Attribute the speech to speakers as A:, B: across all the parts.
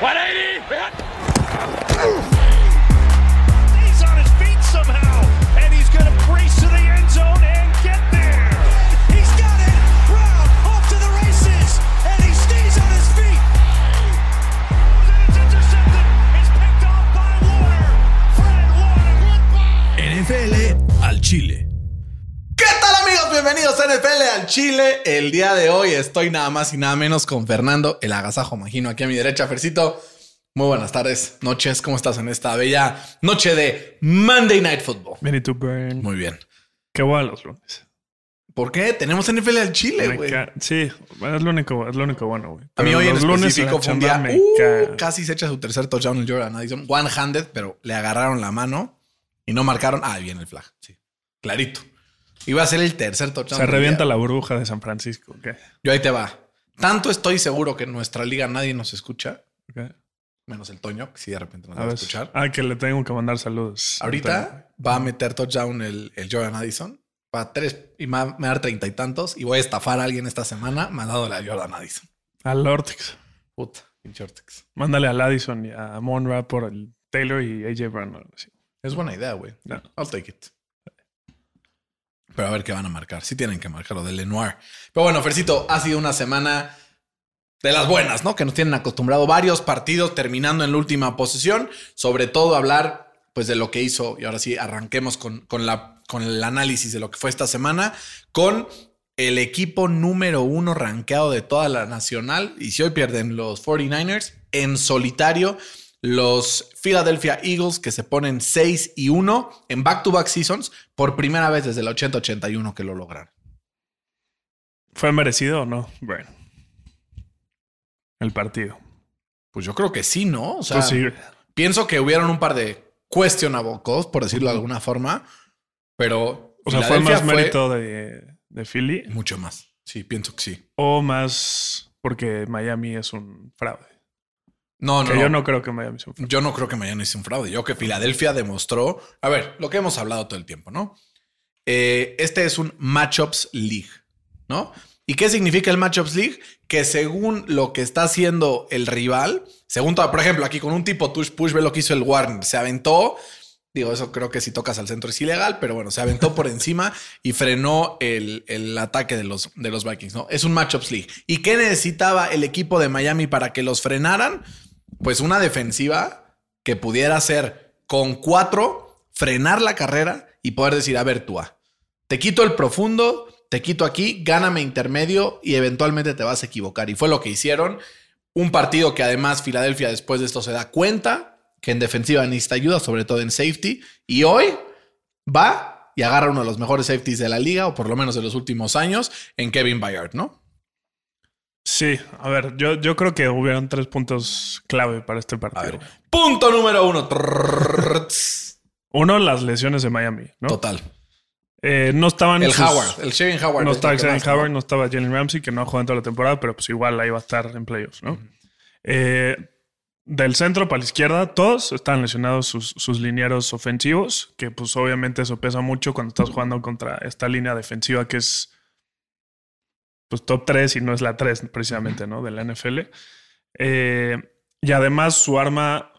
A: 180.
B: He's on his feet somehow, and he's going to race to the end zone and get there. He's got it. Brown off to the races, and he stays on his feet. And it's intercepted. It's picked off by Warner. Fred Warner.
C: NFL al Chile.
D: ¿Qué tal amigos? Bienvenidos a NFL al Chile. El día de hoy estoy nada más y nada menos con Fernando, el agasajo, imagino, aquí a mi derecha, Fercito. Muy buenas tardes, noches, ¿cómo estás en esta bella noche de Monday Night Football?
E: Many to burn.
D: Muy bien.
E: Qué bueno los lunes.
D: ¿Por qué? Tenemos NFL al Chile,
E: Me
D: güey.
E: ca- sí, es lo único, es lo único bueno, güey.
D: A mí
E: Pero
D: hoy en
E: los lunes
D: específico
E: la
D: fue un
E: chamba
D: día...
E: me
D: uh,
E: ca-
D: casi se echa su tercer touchdown el Jordan Addison. One-handed, pero le agarraron la mano y no marcaron. Ah, ahí viene el flag. Sí. Clarito. Iba a ser el tercer touchdown.
E: Se
D: del
E: revienta
D: día.
E: la burbuja de San Francisco. ¿ok?
D: Yo ahí te va. Tanto estoy seguro que en nuestra liga nadie nos escucha,
E: ¿ok?
D: menos el Toño, que sí de repente nos
E: A
D: va a
E: ver.
D: escuchar.
E: Ah, que le tengo que mandar saludos.
D: Ahorita va a meter touchdown el, el Jordan Addison. Va a tres y me va a dar treinta y tantos. Y voy a estafar a alguien esta semana mandándole a Jordan Addison.
E: Al Ortex.
D: Puta, pinche Ortex.
E: Mándale a Addison y a Monra por el Taylor y AJ Brown. o algo así.
D: Es buena idea, güey.
E: No.
D: I'll take it. Pero a ver qué van a marcar. Sí tienen que marcar lo del Lenoir. Pero bueno, Fercito, ha sido una semana de las buenas, ¿no? Que nos tienen acostumbrado varios partidos terminando en la última posición. Sobre todo hablar, pues, de lo que hizo. Y ahora sí, arranquemos con, con la, con el análisis de lo que fue esta semana. Con el equipo número uno rankeado de toda la nacional. Y si hoy pierden los 49ers, en solitario los Philadelphia Eagles que se ponen 6 y 1 en back-to-back seasons por primera vez desde el 80-81 que lo lograron.
E: ¿Fue merecido o no? Bueno. El partido.
D: Pues yo creo que sí, ¿no? O sea,
E: Pues sí,
D: pienso que hubieron un par de questionable calls, por decirlo de alguna forma, pero
E: o sea, fue
D: Filadelfia
E: más mérito de, de Philly
D: mucho más. Sí, pienso que sí.
E: o más porque Miami es un fraude.
D: No, no,
E: Que yo
D: no.
E: no creo que Miami sea un fraude.
D: Yo no creo que mañana hice un fraude. Yo que Filadelfia demostró. A ver, lo que hemos hablado todo el tiempo, ¿no? Eh, este es un Matchups League, ¿no? ¿Y qué significa el Matchups League? Que según lo que está haciendo el rival, según todo, por ejemplo, aquí con un tipo touch push, ve lo que hizo el Warner. Se aventó. Digo, eso creo que si tocas al centro es ilegal, pero bueno, se aventó por encima y frenó el, el ataque de los, de los Vikings, ¿no? Es un Matchups League. ¿Y qué necesitaba el equipo de Miami para que los frenaran? pues una defensiva que pudiera ser con cuatro, frenar la carrera y poder decir, a ver, tú, te quito el profundo, te quito aquí, gáname intermedio y eventualmente te vas a equivocar. Y fue lo que hicieron. Un partido que además Filadelfia después de esto se da cuenta que en defensiva necesita ayuda, sobre todo en safety. Y hoy va y agarra uno de los mejores safeties de la liga, o por lo menos de los últimos años, en Kevin Bayard, ¿no?
E: Sí, a ver, yo, yo creo que hubieron tres puntos clave para este
D: A
E: partido.
D: ver. Punto número uno.
E: Uno, las lesiones de Miami, ¿no?
D: Total.
E: Eh, no estaban.
D: El
E: sus-
D: Howard, el Shevin Howard.
E: No
D: es
E: estaba
D: lo que
E: Xavier
D: más-
E: Howard, no estaba Jalen Ramsey, que no ha jugado en toda la temporada, pero pues igual ahí va a estar en playoffs, ¿no? Eh, del centro para la izquierda, todos están lesionados sus, sus linieros ofensivos, que pues obviamente eso pesa mucho cuando estás jugando contra esta línea defensiva que es pues top 3 y no es la 3 precisamente, ¿no? De la NFL. Eh, y además su arma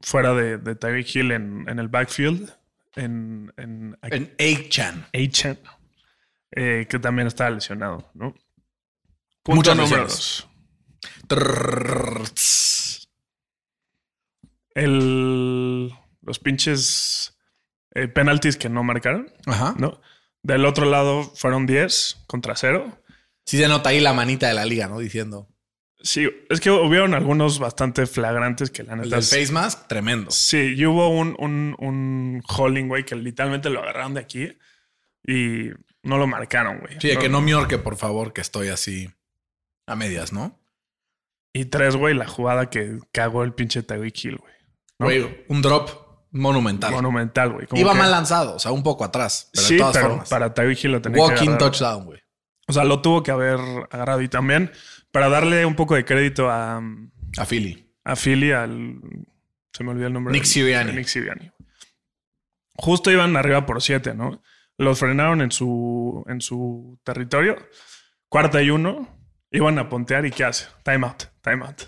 E: fuera de, de Tyreek Hill en, en el backfield, en, en
D: En 8chan.
E: Achen, eh, que también estaba lesionado, ¿no?
D: Muchas
E: número
D: lesiones.
E: dos.
D: Trrrr, tss.
E: El, los pinches eh, penaltis que no marcaron,
D: Ajá.
E: ¿no? Del otro lado fueron 10 contra 0.
D: Sí se nota ahí la manita de la liga, ¿no? Diciendo.
E: Sí, es que hubieron algunos bastante flagrantes que la
D: El
E: neta...
D: del
E: es-
D: face mask, tremendo.
E: Sí, y hubo un, un, un holding, güey, que literalmente lo agarraron de aquí y no lo marcaron, güey.
D: Sí, de que no me orque, por favor, que estoy así a medias, ¿no?
E: Y tres, güey, la jugada que cagó el pinche Tyreek Hill, güey. ¿no?
D: Güey, un drop monumental.
E: Monumental, güey. Como
D: Iba
E: que-
D: mal lanzado, o sea, un poco atrás, pero
E: sí,
D: de todas
E: pero
D: formas.
E: para Tyreek Hill lo tenía que
D: Walking
E: agarrar.
D: touchdown, güey.
E: O sea, lo tuvo que haber agarrado. Y también, para darle un poco de crédito a, um,
D: A Philly.
E: a Philly, al... Se me olvidó el nombre.
D: Nick
E: del-
D: Sirianni.
E: Nick Sirianni. Justo iban arriba por siete, ¿no? Los frenaron en su, en su territorio. Cuarta y uno. Iban a pontear y ¿qué hace? Time out, time out.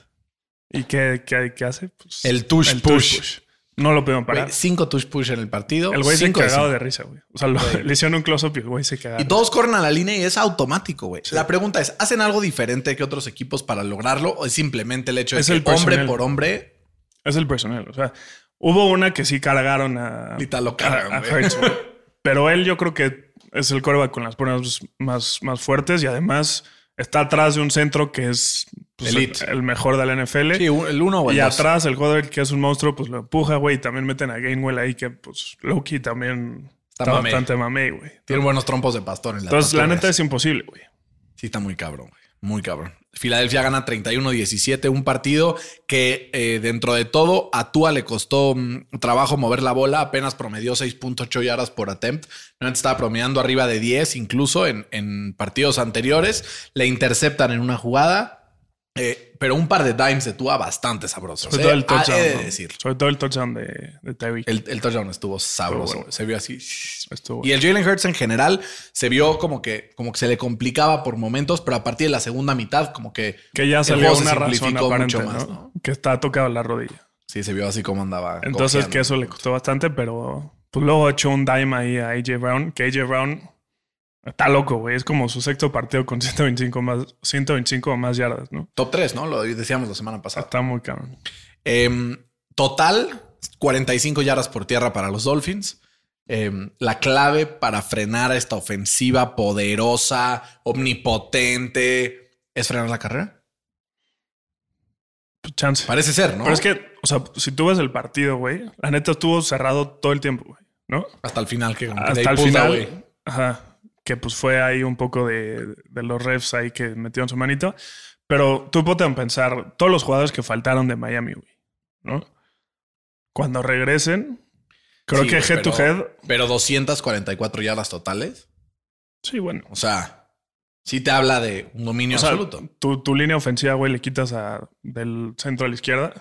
E: ¿Y qué, qué- qué hace? Pues,
D: El tush push.
E: No lo pudieron parar.
D: Güey, cinco touch push en el partido.
E: el güey se
D: cinco de
E: cagado
D: cinco.
E: de risa, güey. O sea, lo- le hicieron un close-up y el güey se cagaba.
D: Y todos corren a la línea y es automático, güey. La pregunta es, ¿hacen algo diferente que otros equipos para lograrlo o es simplemente el hecho de
E: Es
D: que
E: el
D: hombre
E: personnel.
D: por hombre
E: Es el personal. O sea, hubo una que sí cargaron a.
D: Ahorita lo
E: a- a
D: cargan, güey.
E: Hurts, güey. Pero él, yo creo que es el coreback con las pruebas más, más fuertes y además está atrás de un centro que es pues, el,
D: Elite.
E: el mejor de la NFL.
D: Sí, un- el uno o el
E: y
D: dos.
E: atrás el quarterback que es un monstruo, pues lo empuja, güey. Y también meten a Gainwell ahí, que pues Loki también
D: Está
E: está,
D: mamey.
E: bastante mamey, güey.
D: tiene buenos trompos de pastor en la
E: Entonces, la
D: pastorela.
E: neta es imposible, güey.
D: Sí, está muy cabrón, güey. Muy cabrón. Filadelfia gana 31-17, un partido que eh, dentro de todo a Tua le costó mm, trabajo mover la bola, apenas promedió 6.8 yardas por attempt, no estaba promediando arriba de 10 incluso en, en partidos anteriores, le interceptan en una jugada, eh, pero un par de dimes de Tua bastante sabrosos.
E: Sobre
D: eh.
E: todo el
D: Ah,
E: touchdown.
D: he de
E: ¿no?
D: decirlo.
E: Sobre todo el touchdown de, de Tyreek.
D: El, el touchdown estuvo sabroso,
E: bueno.
D: güey. se vio así. shh,
E: Estuvo
D: y el Jalen Hurts en general se vio como que, como que se le complicaba por momentos, pero a partir de la segunda mitad, como que,
E: Que ya
D: el
E: salió
D: juego se
E: una razón
D: simplificó
E: aparente,
D: mucho más,
E: ¿no?
D: ¿no?
E: Que está tocado la rodilla.
D: Sí, se vio así como andaba.
E: Entonces,
D: cojeando.
E: que eso le costó bastante, pero pues luego echó un dime ahí a AJ Brown, que AJ Brown está loco, güey. Es como su sexto partido con 125 más 125 o más yardas, ¿no?
D: Top 3, ¿no? Lo decíamos la semana pasada.
E: Está muy cabrón.
D: Em, total, 45 yardas por tierra para los Dolphins. Em, la clave para frenar a esta ofensiva poderosa, omnipotente, es frenar la carrera.
E: Pues, chance.
D: Parece ser, ¿no?
E: Pero es que, o sea, si tú ves el partido, güey, la neta estuvo cerrado todo el tiempo, güey, ¿no?
D: hasta el final que como que Ah, de ahí
E: Hasta el
D: puta,
E: final.
D: güey.
E: Ajá. Que pues fue ahí un poco de, de los refs ahí que metieron su manito. Pero tú ponte a pensar todos los jugadores que faltaron de Miami, güey. ¿No? Cuando regresen, creo
D: Sí,
E: que
D: güey,
E: head to
D: pero-
E: head.
D: Pero 244 yardas totales.
E: Sí, bueno.
D: O sea, sí te habla de un dominio
E: O sea,
D: absoluto.
E: tu, tu línea ofensiva, güey, le quitas a, del centro a la izquierda.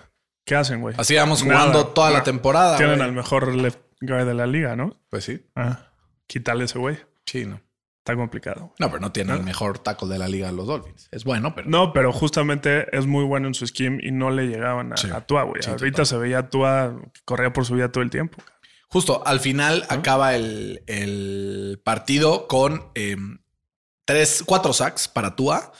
E: ¿Qué hacen, güey?
D: Así vamos
E: Nada,
D: jugando toda la
E: no.
D: temporada.
E: Tienen
D: güey.
E: al mejor left guard de la liga, ¿no?
D: Pues sí,
E: Ah, quítale ese güey.
D: sí, no.
E: Está complicado.
D: No, pero no tiene el mejor taco de la liga de los Dolphins. Es bueno, pero
E: No, pero justamente es muy bueno en su scheme y no le llegaban a,
D: Sí.
E: a Tua, güey.
D: Sí,
E: Ahorita
D: total.
E: se veía a Tua que corría por su vida todo el tiempo.
D: justo al final acaba el, el partido con eh, tres, cuatro sacks para Tua.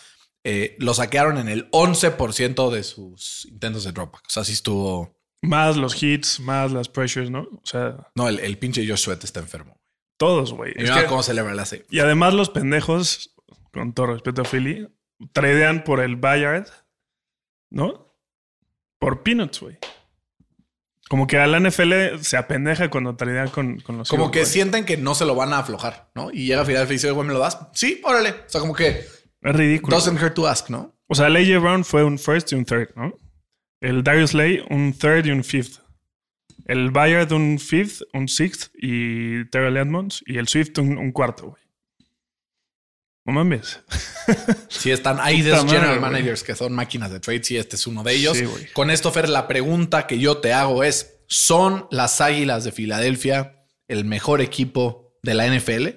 D: Eh, lo saquearon en el 11% de sus intentos de dropback. O sea, sí estuvo.
E: Más los hits, más las pressures, ¿no? O sea,
D: No, el, el pinche Josh Sweat está enfermo.
E: todos, güey.
D: Y
E: Es
D: mira
E: que-
D: cómo celebra la serie.
E: Y además los pendejos, con todo respeto a Philly, tradean por el Bayard, ¿no? Por Peanuts, güey. Como que a la NFL se apendeja cuando tradean con, con los
D: Como
E: Eagles,
D: que
E: güey.
D: sienten que no se lo van a aflojar, ¿no? Y llega a final y dice, güey, ¿me lo das? Sí, órale. O sea, como que
E: Es ridículo.
D: doesn't hurt to ask, ¿no?
E: O sea, el AJ Brown fue un first y un third, ¿no? El Darius Lay, un third y un fifth. El Bayard, un fifth, un sixth y Terrell Edmonds. Y el Swift, un, un cuarto, güey. No mames.
D: Sí, están. Hay de
E: Puta
D: esos general
E: madre, güey.
D: managers que son máquinas de trade. Sí, este es uno de ellos.
E: Sí, güey.
D: Con esto, Fer, la pregunta que yo te hago es: ¿son las Águilas de Filadelfia el mejor equipo de la NFL?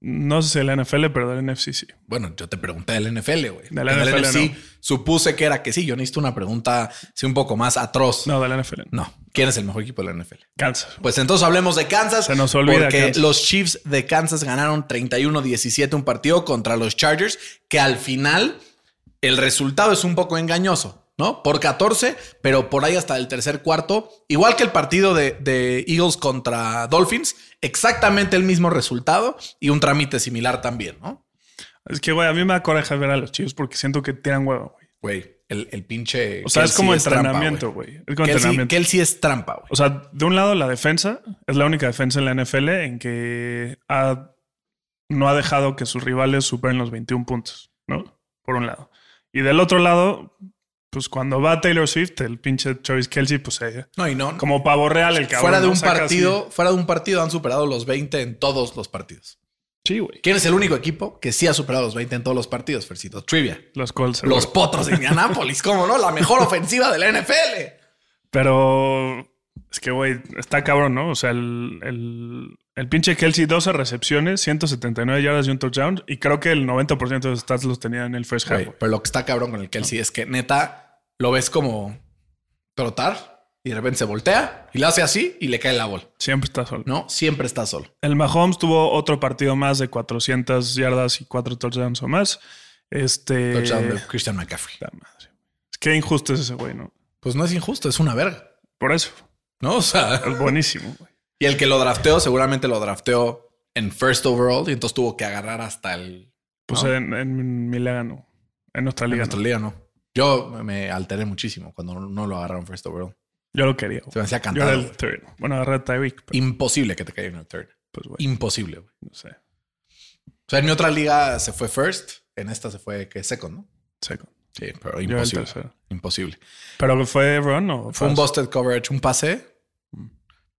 E: No sé si de la NFL, pero del NFC sí.
D: Bueno, yo te pregunté del NFL, güey.
E: De la
D: Del
E: NFL,
D: NFC,
E: no.
D: supuse que era que sí. Yo necesito una pregunta sí, un poco más atroz.
E: No, de la NFL. No.
D: no. ¿Quién es el mejor equipo de la NFL?
E: Kansas.
D: Pues entonces hablemos de Kansas.
E: Se nos olvida
D: Porque
E: Kansas.
D: los Chiefs de Kansas ganaron 31-17 un partido contra los Chargers, que al final el resultado es un poco engañoso, ¿no? Por 14, pero por ahí hasta el tercer cuarto. Igual que el partido de, de Eagles contra Dolphins, exactamente el mismo resultado y un trámite similar también, ¿no?
E: Es que, güey, a mí me da coraje ver a los Chiefs porque siento que tiran huevo, güey.
D: Güey, el, el pinche.
E: O sea, es
D: Kelsey
E: como
D: trampa,
E: entrenamiento, güey.
D: güey.
E: Es como
D: Kelsey,
E: entrenamiento.
D: Kelsey es trampa, güey.
E: O sea, de un lado la defensa es la única defensa en la NFL en que ha- no ha dejado que sus rivales superen los 21 puntos, ¿no? Por un lado. Y del otro lado, pues cuando va Taylor Swift, el pinche Travis Kelsey, pues eh,
D: No, y no.
E: como pavo real el cabrón.
D: fuera de
E: ¿no?
D: un
E: Saca
D: partido,
E: así-
D: fuera de un partido han superado los 20 en todos los partidos.
E: Sí, güey.
D: ¿Quién es el único equipo que sí ha superado los 20 en todos los partidos, Fercito? Trivia.
E: Los Colts.
D: Los
E: güey.
D: potros de Indianápolis, ¿cómo no? La mejor ofensiva de la NFL.
E: Pero es que, güey, está cabrón, ¿no? O sea, el, el- el pinche Kelsey, 12 recepciones, 179 yardas y un touchdown. Y creo que el 90% de los stats los tenía en el first half,
D: Güey,
E: güey.
D: pero lo que está cabrón con el Kelsey es que neta lo ves como trotar y de repente se voltea y le hace así y le cae la bola.
E: Siempre está solo.
D: No, siempre está solo.
E: El Mahomes tuvo otro partido más de 400 yardas y cuatro touchdowns o más. Este.
D: Touchdown de Christian McCaffrey.
E: Puta madre. Es que injusto es ese güey, ¿no?
D: Pues no es injusto, es una verga.
E: Por eso.
D: No, o sea.
E: Es buenísimo, güey.
D: Y el que lo drafteó, seguramente lo drafteó en first overall y entonces tuvo que agarrar hasta el.
E: Pues
D: ¿no?
E: en, en mi liga ganó. En nuestra
D: en
E: liga.
D: nuestra
E: no.
D: liga, no. Yo me alteré muchísimo cuando no- no lo agarraron first overall.
E: Yo lo quería. güey.
D: Se me hacía
E: Yo
D: cantar.
E: era el third. Bueno, agarré a Tyreek, pero
D: Imposible que te caiga en el third.
E: pues, güey,
D: Imposible, güey.
E: no sé.
D: O sea, en mi otra liga se fue first, en esta se fue que second, ¿no?
E: Second.
D: Sí, pero
E: Yo era el
D: imposible.
E: tercero.
D: Imposible.
E: ¿Pero fue run o
D: Fue un
E: pass?
D: busted coverage, un pase,
E: Mm.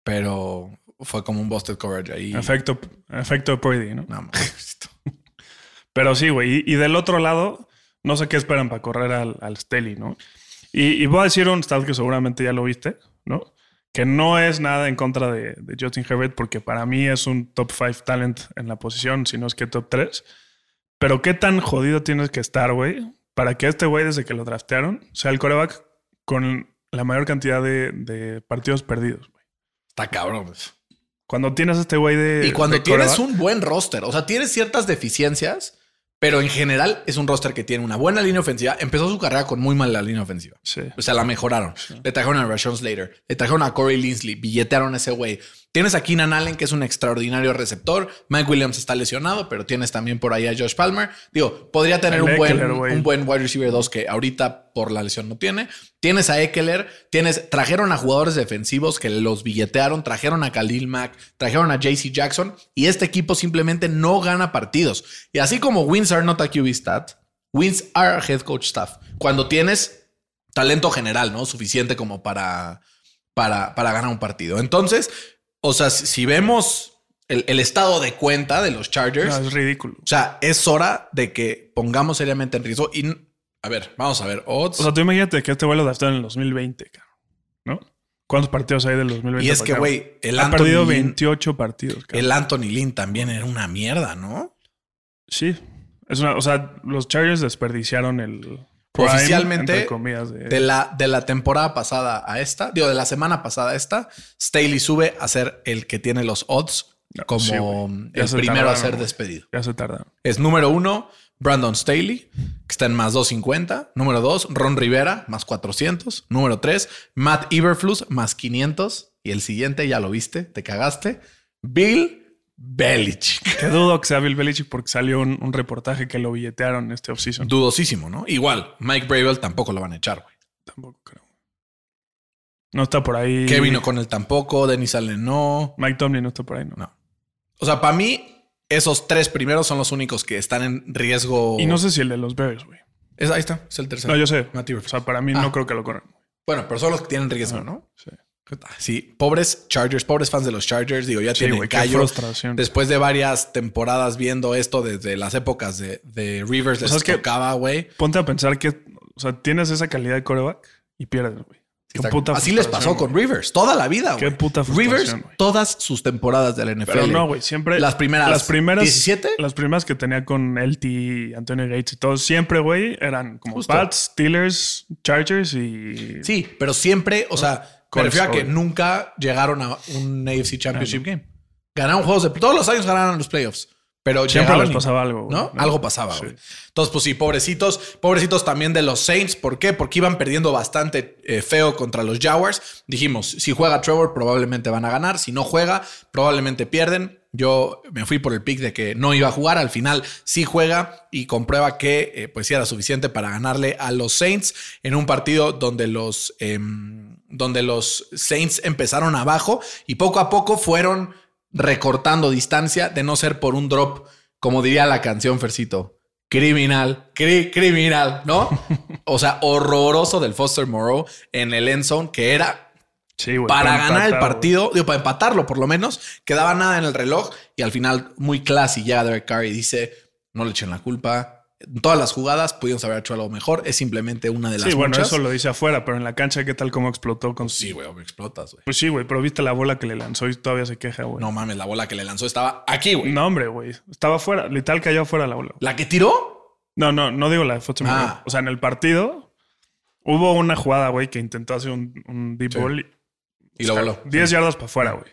D: pero fue como un busted coverage ahí.
E: Efecto, efecto Brady, ¿no?
D: Nada más.
E: Pero sí, güey. Y, y del otro lado, no sé qué esperan para correr al, al Staley, ¿no? Y, y voy a decir un stat que seguramente ya lo viste, ¿no? Que no es nada en contra de, de Justin Herbert, porque para mí es un top 5 talent en la posición, si no es que top 3. Pero qué tan jodido tienes que estar, güey, para que este güey, desde que lo draftearon, sea el coreback con la mayor cantidad de, de partidos perdidos, güey.
D: Está cabrón. pues.
E: Cuando tienes a este güey de.
D: Y cuando
E: de
D: tienes
E: quarterback-
D: un buen roster, o sea, tienes ciertas deficiencias, pero en general es un roster que tiene una buena línea ofensiva. Empezó su carrera con muy mala línea ofensiva.
E: Sí.
D: O sea, la mejoraron. Le trajeron a Rashawn Slater, le trajeron a Corey Linsley, billetearon a ese güey. Tienes a Keenan Allen, que es un extraordinario receptor. Mike Williams está lesionado, pero tienes también por ahí a Josh Palmer. Digo, podría tener
E: El
D: un buen,
E: Eckler, güey.
D: un buen wide receiver 2 que ahorita por la lesión no tiene. Tienes a Eckler, tienes, trajeron a jugadores defensivos que los billetearon, trajeron a Khalil Mack, trajeron a JC Jackson y este equipo simplemente no gana partidos. Y así como wins are not a QB stat, wins are head coach staff. Cuando tienes talento general, ¿no? Suficiente como para, para, para ganar un partido. Entonces, o sea, si, si vemos el, el estado de cuenta de los Chargers,
E: No, es ridículo.
D: o sea, es hora de que pongamos seriamente en riesgo. Y n- a ver, vamos a ver odds.
E: O sea, tú imagínate que este vuelo lo en el 2020, cabrón, ¿no? ¿Cuántos partidos hay del 2020?
D: y es
E: para
D: que,
E: acá,
D: güey, el,
E: Ha
D: Anthony
E: perdido
D: Lynn-
E: 28 partidos, cabrón.
D: el Anthony Lynn también era una mierda, ¿no?
E: Sí. Es una, o sea, los Chargers desperdiciaron el. prime,
D: Oficialmente,
E: entre comillas, de-
D: De la, de la temporada pasada a esta, digo, de la semana pasada a esta, Staley sube a ser el que tiene los odds
E: No,
D: como
E: sí, güey. Ya
D: el
E: se
D: primero a
E: tardaron,
D: ser
E: güey.
D: despedido.
E: Ya se tardaron.
D: Es número uno, Brandon Staley, que está en más 250. Número dos, Ron Rivera, más 400. Número tres, Matt Iberflus, más 500. Y el siguiente, ya lo viste, te cagaste. Bill Belichick.
E: Qué dudo que sea Bill Belichick porque salió un, un reportaje que lo billetearon este offseason.
D: Dudosísimo, ¿no? Igual, Mike Bravel tampoco lo van a echar, güey.
E: Tampoco creo. No está por ahí.
D: Kevin O'Connell tampoco, Denis Allen no.
E: Mike Tomlin no está por ahí, ¿no?
D: No. O sea, para mí, esos tres primeros son los únicos que están en riesgo.
E: Y no sé si el de los Bears, güey.
D: Es- ahí está, es el tercero.
E: No, yo sé.
D: Matt
E: O
D: Eberflus.
E: sea, para mí
D: Ah.
E: no creo que lo corran.
D: Bueno, pero son los que tienen riesgo, ¿no? Ah,
E: Sí.
D: Sí, pobres Chargers, pobres fans de los Chargers. Digo, ya
E: Sí,
D: tienen
E: güey. Qué
D: callo.
E: frustración.
D: Después de varias temporadas viendo esto desde las épocas de, de Rivers, les
E: sea, Pues es que-
D: tocaba, güey.
E: ponte a pensar que, o sea, tienes esa calidad de coreback y pierdes, güey. Qué
D: Está-
E: puta
D: Así les
E: frustración,
D: pasó con
E: güey.
D: Rivers toda la vida,
E: Qué
D: güey.
E: puta
D: Rivers,
E: frustración, güey.
D: todas sus temporadas de la NFL.
E: Pero no, güey, siempre.
D: Las primeras
E: Las primeras.
D: 17?
E: Las primeras que tenía con LT, Antonio Gates y todos, siempre, güey, eran como
D: Justo.
E: Pats, Steelers, Chargers y.
D: Sí, pero siempre,
E: Ah,
D: o sea, me
E: Colts,
D: refiero a que
E: obvio.
D: nunca llegaron a un AFC
E: Ah,
D: Championship Game. Ganaron juegos de todos los años ganaron los playoffs. Pero
E: Siempre
D: llegaban
E: les
D: y-
E: pasaba algo, güey,
D: ¿no?
E: ¿no?
D: Algo pasaba,
E: Sí.
D: güey. Entonces, pues sí, pobrecitos, pobrecitos también de los Saints. ¿Por qué? Porque iban perdiendo bastante eh, feo contra los Jaguars. Dijimos, si juega Trevor, probablemente van a ganar. Si no juega, probablemente pierden. Yo me fui por el pick de que no iba a jugar. Al final sí juega y comprueba que eh, pues sí era suficiente para ganarle a los Saints en un partido donde los, em, donde los Saints empezaron abajo y poco a poco fueron recortando distancia de no ser por un drop, como diría la canción Fercito criminal, cri- criminal, ¿no? O sea, horroroso del Foster Moreau en el end zone, que era
E: Sí, güey.
D: para ganar el
E: Pues, empatar, güey.
D: partido, digo, para empatarlo por lo menos, quedaba nada en el reloj y al final muy classy llega Derek Carr y dice, no le echen la culpa. En todas las jugadas pudimos haber hecho algo mejor, es simplemente una de las
E: Sí, bueno,
D: muchas.
E: eso lo dice afuera, pero en la cancha, ¿qué tal cómo explotó con.
D: Sí, güey, me explotas, güey.
E: Pues sí, güey, pero viste la bola que le lanzó y todavía se queja, güey.
D: No mames, la bola que le lanzó estaba aquí, güey.
E: No, hombre, güey. Estaba afuera. Literal cayó afuera la bola. güey.
D: ¿La que tiró?
E: No, no, no digo la de Fox
D: Ah.
E: Moreau. O sea, en el partido Hubo una jugada, güey, que intentó hacer un, un deep
D: Sí.
E: ball.
D: Y lo
E: o sea,
D: voló.
E: 10 yardas para afuera, güey.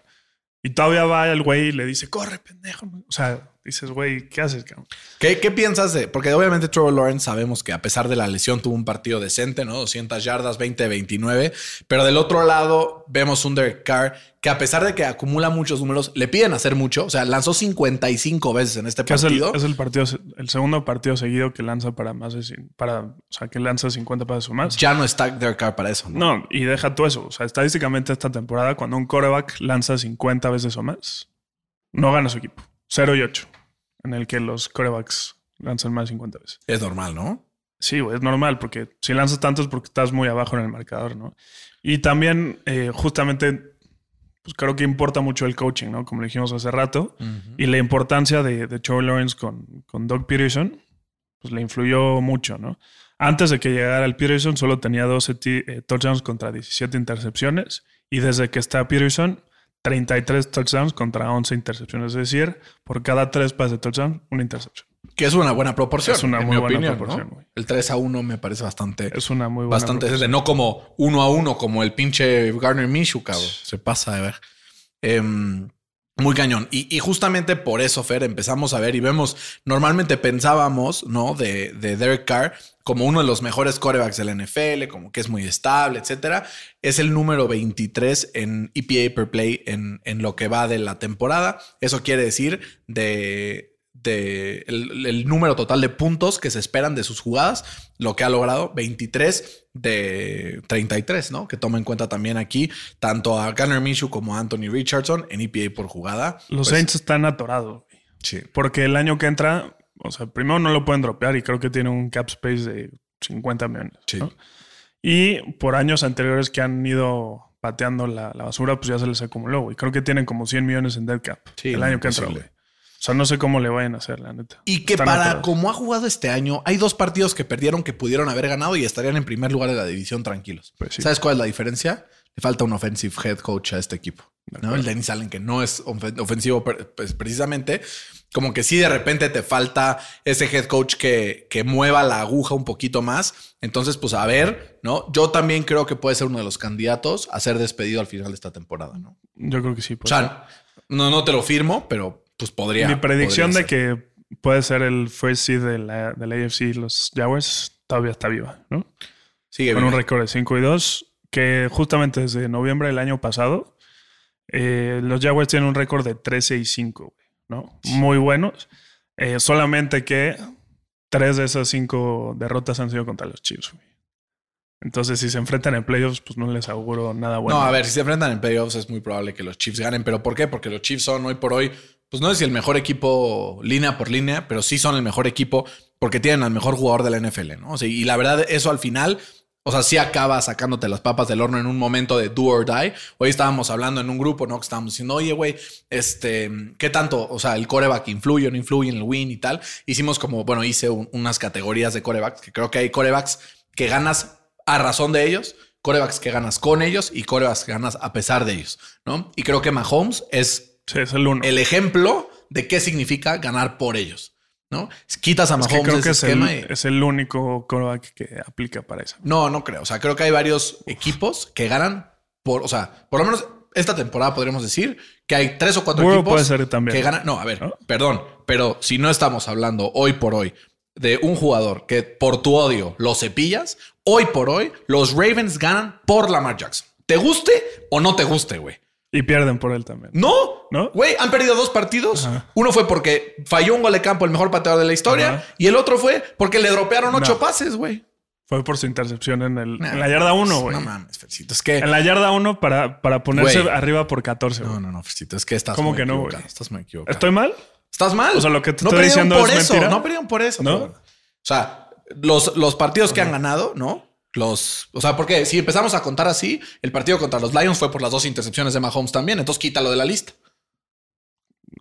E: Y todavía va el güey y le dice, corre, pendejo. O sea, dices, güey, ¿qué haces, cabrón?
D: ¿Qué, qué piensas de? Porque obviamente Trevor Lawrence sabemos que a pesar de la lesión tuvo un partido decente, ¿no? 200 yardas, 20-29. Pero del otro lado vemos un Derek Carr que a pesar de que acumula muchos números, le piden hacer mucho. O sea, lanzó 55 veces en este
E: Que es el,
D: partido.
E: es el partido, el segundo partido seguido que lanza para más de, cin- para, o sea, que lanza 50 pases o más.
D: Ya no está Derek Carr para eso. ¿no?
E: No, y deja tú eso. O sea, estadísticamente esta temporada, cuando un coreback lanza 50 veces o más, no gana su equipo. 0 y 8, en el que los corebacks lanzan más de 50 veces.
D: Es normal, ¿no?
E: Sí, güey, es normal, porque si lanzas tanto es porque estás muy abajo en el marcador, ¿no? Y también, eh, justamente, pues creo que importa mucho el coaching, ¿no? Como lo dijimos hace rato. Y la importancia de, de Trevor Lawrence con, con Doug Peterson, pues le influyó mucho, ¿no? Antes de que llegara el Peterson, solo tenía 12 ti- eh, touchdowns contra 17 intercepciones. Y desde que está Peterson, 33 touchdowns contra 11 intercepciones. Es decir, por cada tres pases de touchdown, una intercepción.
D: Que es una buena proporción.
E: Es una
D: en
E: muy
D: mi
E: buena
D: opinión, ¿no?
E: proporción, güey.
D: El 3 a 1 me parece bastante.
E: Es una muy buena.
D: bastante decente. No como uno a uno, como el pinche Garner Minshew, cabrón. Se pasa de ver. Em, muy cañón. Y, y justamente por eso, Fer, empezamos a ver y vemos. Normalmente pensábamos, ¿no? De, de Derek Carr como uno de los mejores corebacks del NFL, como que es muy estable, etcétera. Es el número 23 en EPA per play en, en lo que va de la temporada. Eso quiere decir de, de el, el número total de puntos que se esperan de sus jugadas, lo que ha logrado 23 de 33, ¿no? Que toma en cuenta también aquí tanto a Gunnar Minshew como a Anthony Richardson en EPA por jugada. Pues,
E: Los Saints están atorados, güey.
D: sí.
E: Porque el año que entra, o sea, primero no lo pueden dropear y creo que tiene un cap space de 50 millones.
D: Sí.
E: ¿no? Y por años anteriores que han ido pateando la, la basura, pues ya se les acumuló, güey. Creo que tienen como 100 millones en dead cap
D: Sí,
E: el año que entra,
D: imposible.
E: güey. O sea, no sé cómo le vayan a hacer, la neta.
D: Y que
E: Están
D: para
E: atorados.
D: como ha jugado este año, hay dos partidos que perdieron que pudieron haber ganado y estarían en primer lugar de la división tranquilos.
E: Pues sí.
D: ¿Sabes cuál es la diferencia? Le falta un offensive head coach a este equipo. ¿no?
E: acuerdo.
D: El Dennis Allen, que no es ofen- ofensivo per- pues, precisamente, como que sí de repente te falta ese head coach que, que mueva la aguja un poquito más. Entonces, pues a ver, ¿no? Yo también creo que puede ser uno de los candidatos a ser despedido al final de esta temporada, ¿no?
E: Yo creo que sí.
D: O
E: pues.
D: sea, no, no te lo firmo, pero pues podría.
E: Mi predicción
D: podría
E: de que puede ser el first seed de la, de la AFC, los Jaguars, todavía está viva, ¿no?
D: ser. Sigue
E: con un
D: vivo.
E: récord de 5 y 2, que justamente desde noviembre del año pasado, eh, los Jaguars tienen un récord de 13 y 5, güey, ¿no? Muy buenos. Eh, solamente que tres de esas cinco derrotas han sido contra los Chiefs, güey. Entonces, si se enfrentan en playoffs, pues no les auguro nada bueno.
D: No, a ver, si se enfrentan en playoffs es muy probable que los Chiefs ganen, pero ¿por qué? Porque los Chiefs son hoy por hoy, pues no es el mejor equipo línea por línea, pero sí son el mejor equipo porque tienen al mejor jugador de la NFL, ¿no? O sea, y la verdad, eso al final, o sea, sí acaba sacándote las papas del horno en un momento de do or die. Hoy estábamos hablando en un grupo, ¿no? Que estábamos diciendo, oye, güey, este, ¿qué tanto? O sea, el coreback influye o no influye en el win y tal. Hicimos como, bueno, hice un- unas categorías de corebacks, que creo que hay corebacks que ganas a razón de ellos, corebacks que ganas con ellos y corebacks que ganas a pesar de ellos, ¿no? Y creo que Mahomes es
E: Sí, es el uno.
D: el ejemplo de qué significa ganar por ellos, ¿no? Quitas a
E: Es que
D: Mahomes
E: creo
D: de
E: que es
D: ese
E: el,
D: esquema y-
E: es el único coreback que aplica para eso.
D: No, no creo. O sea, creo que hay varios equipos que ganan por, o sea, por lo menos esta temporada podríamos decir que hay tres o cuatro
E: Burrow
D: equipos
E: puede ser también.
D: que ganan. No, a ver,
E: ¿No?
D: perdón, pero si no estamos hablando hoy por hoy de un jugador que por tu odio lo cepillas, hoy por hoy los Ravens ganan por Lamar Jackson. ¿Te guste o no te guste, güey?
E: Y pierden por él también.
D: Mm. No,
E: ¿No?
D: Güey, han perdido dos partidos. Uno fue porque falló un gol de campo, el mejor pateador de la historia,
E: Ajá.
D: y el otro fue porque le dropearon ocho
E: No.
D: pases, güey.
E: Fue por su intercepción en, el,
D: Nah, pues,
E: en la yarda 1, güey.
D: No mames, Fercito. Es que
E: En la yarda 1 para, para ponerse
D: Güey.
E: arriba por 14. güey.
D: No, no, no, Fercito, es que estás
E: ¿Cómo
D: muy
E: que no,
D: equivocado,
E: güey?
D: Estás muy equivocado.
E: ¿Estoy mal?
D: Estás mal.
E: O sea, lo que te
D: no
E: estoy
D: perdieron
E: diciendo
D: por
E: es
D: eso,
E: mentira.
D: No perdieron por eso.
E: ¿No?
D: cabrón. O sea, los, los partidos que han ganado, ¿no? Los, o sea, porque si empezamos a contar así, el partido contra los Lions fue por las dos intercepciones de Mahomes también. Entonces quítalo de la lista.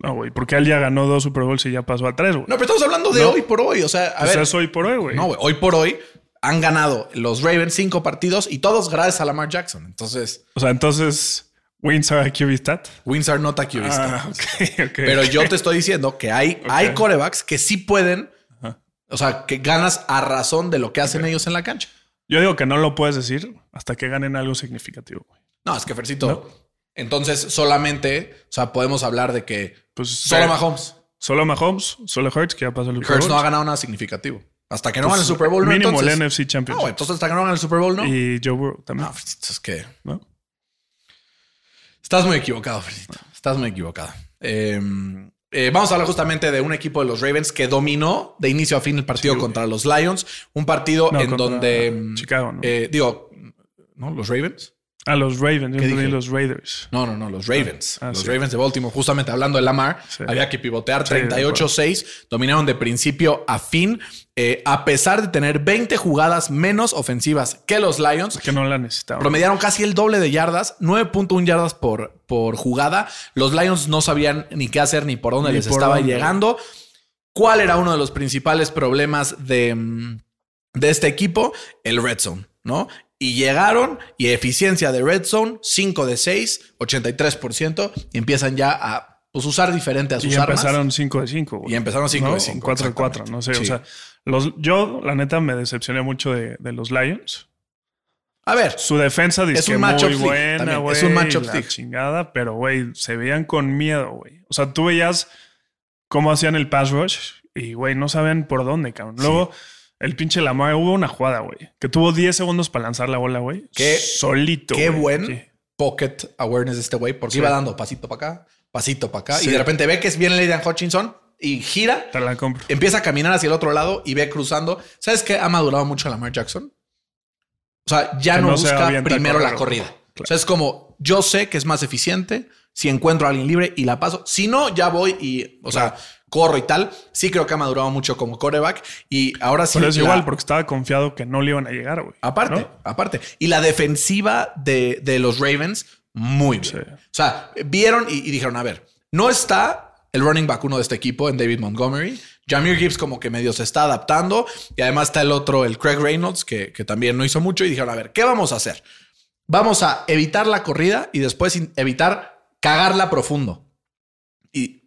E: No, güey, porque él ya ganó dos Super Bowls y ya pasó a tres, güey.
D: No, pero estamos hablando de
E: No.
D: hoy por hoy. O sea, a
E: Pues
D: ver.
E: eso hoy por hoy, güey.
D: No, güey. Hoy por hoy han ganado los Ravens cinco partidos y todos gracias a Lamar Jackson. Entonces,
E: o sea, entonces, wins are a QB stat.
D: wins are not a QB stat.
E: Ah, ok, ok.
D: Pero yo te estoy diciendo que hay, hay corebacks que sí pueden, o sea, que ganas a razón de lo que hacen ellos en la cancha.
E: Yo digo que no lo puedes decir hasta que ganen algo significativo. güey.
D: No, es que Fercito. Entonces, solamente, o sea, podemos hablar de que
E: Pues
D: solo
E: Fer-
D: Mahomes.
E: Solo Mahomes, solo Hurts, que ya pasó el Super
D: Hurts
E: Bowl.
D: no ha ganado nada significativo. Hasta que no
E: Pues,
D: gane el Super Bowl, no.
E: mínimo
D: entonces,
E: el NFC Championship.
D: No, entonces hasta que no gane el Super Bowl, no.
E: Y Joe Burrow también.
D: No, Fercito, es que
E: ¿no?
D: estás muy equivocado, Fercito. Estás muy equivocado. Eh, eh, vamos a hablar justamente de un equipo de los Ravens que dominó de inicio a fin el partido
E: güey.
D: contra los Lions. Un partido
E: No,
D: en
E: contra
D: donde. mm,
E: Chicago, ¿no?
D: eh, digo, ¿no? Los Ravens.
E: A los Ravens, yo
D: ¿Qué
E: entendí
D: dije?
E: los Raiders.
D: No, no, no, los Ravens.
E: Ah,
D: los
E: sí.
D: Ravens de Baltimore, justamente hablando de Lamar,
E: Sí.
D: había que pivotear
E: Sí, de acuerdo.
D: 38-6, dominaron de principio a fin, eh, a pesar de tener 20 jugadas menos ofensivas que los Lions.
E: Que no la necesitaban.
D: Promediaron casi el doble de yardas, 9.1 yardas por, por jugada. Los Lions no sabían ni qué hacer ni por dónde
E: Ni
D: les
E: por
D: estaba
E: dónde.
D: llegando. ¿Cuál era uno de los principales problemas de, mm, de este equipo? El red zone, ¿no? Y llegaron y eficiencia de red zone, 5 de 6, 83%. Y empiezan ya a pues, usar diferente a sus
E: y
D: armas.
E: empezaron 5 de 5.
D: Y empezaron cinco de cinco,
E: 4 de 4, no sé. O sea,
D: exactamente.
E: los, yo, la neta, me decepcioné mucho de, de los Lions.
D: a ver,
E: Su defensa dice
D: un
E: que
D: matchup
E: muy
D: league,
E: buena,
D: también.
E: güey.
D: Es un matchup
E: la
D: league.
E: chingada, pero, güey, se veían con miedo, güey. O sea, tú veías cómo hacían el pass rush y, güey, no saben por dónde, cabrón. Luego, el pinche Lamar, hubo una jugada, güey, que tuvo 10 segundos para lanzar la bola, güey.
D: Qué-
E: solito.
D: qué
E: güey.
D: buen
E: Sí.
D: pocket awareness de este güey, porque
E: Sí.
D: iba dando pasito para acá, pasito para acá,
E: Sí.
D: y de repente ve que es bien Lady Hutchinson y gira,
E: Te la compro.
D: empieza a caminar hacia el otro lado y ve cruzando. ¿Sabes qué? Ha madurado mucho Lamar Jackson. O sea, ya
E: Que
D: no,
E: no se
D: busca
E: avienta a
D: primero la
E: correr.
D: corrida.
E: Claro.
D: O sea, es como yo sé que es más eficiente si encuentro a alguien libre y la paso. Si no, ya voy y, o sea, corro y tal. Sí creo que ha madurado mucho como coreback y ahora sí.
E: Pero es
D: la-
E: igual, porque estaba confiado que no le iban a llegar, güey.
D: Aparte,
E: ¿no?
D: aparte. Y la defensiva de, de los Ravens, muy bien.
E: Sí.
D: O sea, vieron y, y dijeron, a ver, no está el running back uno de este equipo en David Montgomery. Jamir Gibbs como que medio se está adaptando. Y además está el otro, el Craig Reynolds, que, que también no hizo mucho. Y dijeron, a ver, ¿qué vamos a hacer? Vamos a evitar la corrida y después in- evitar cagarla profundo. Y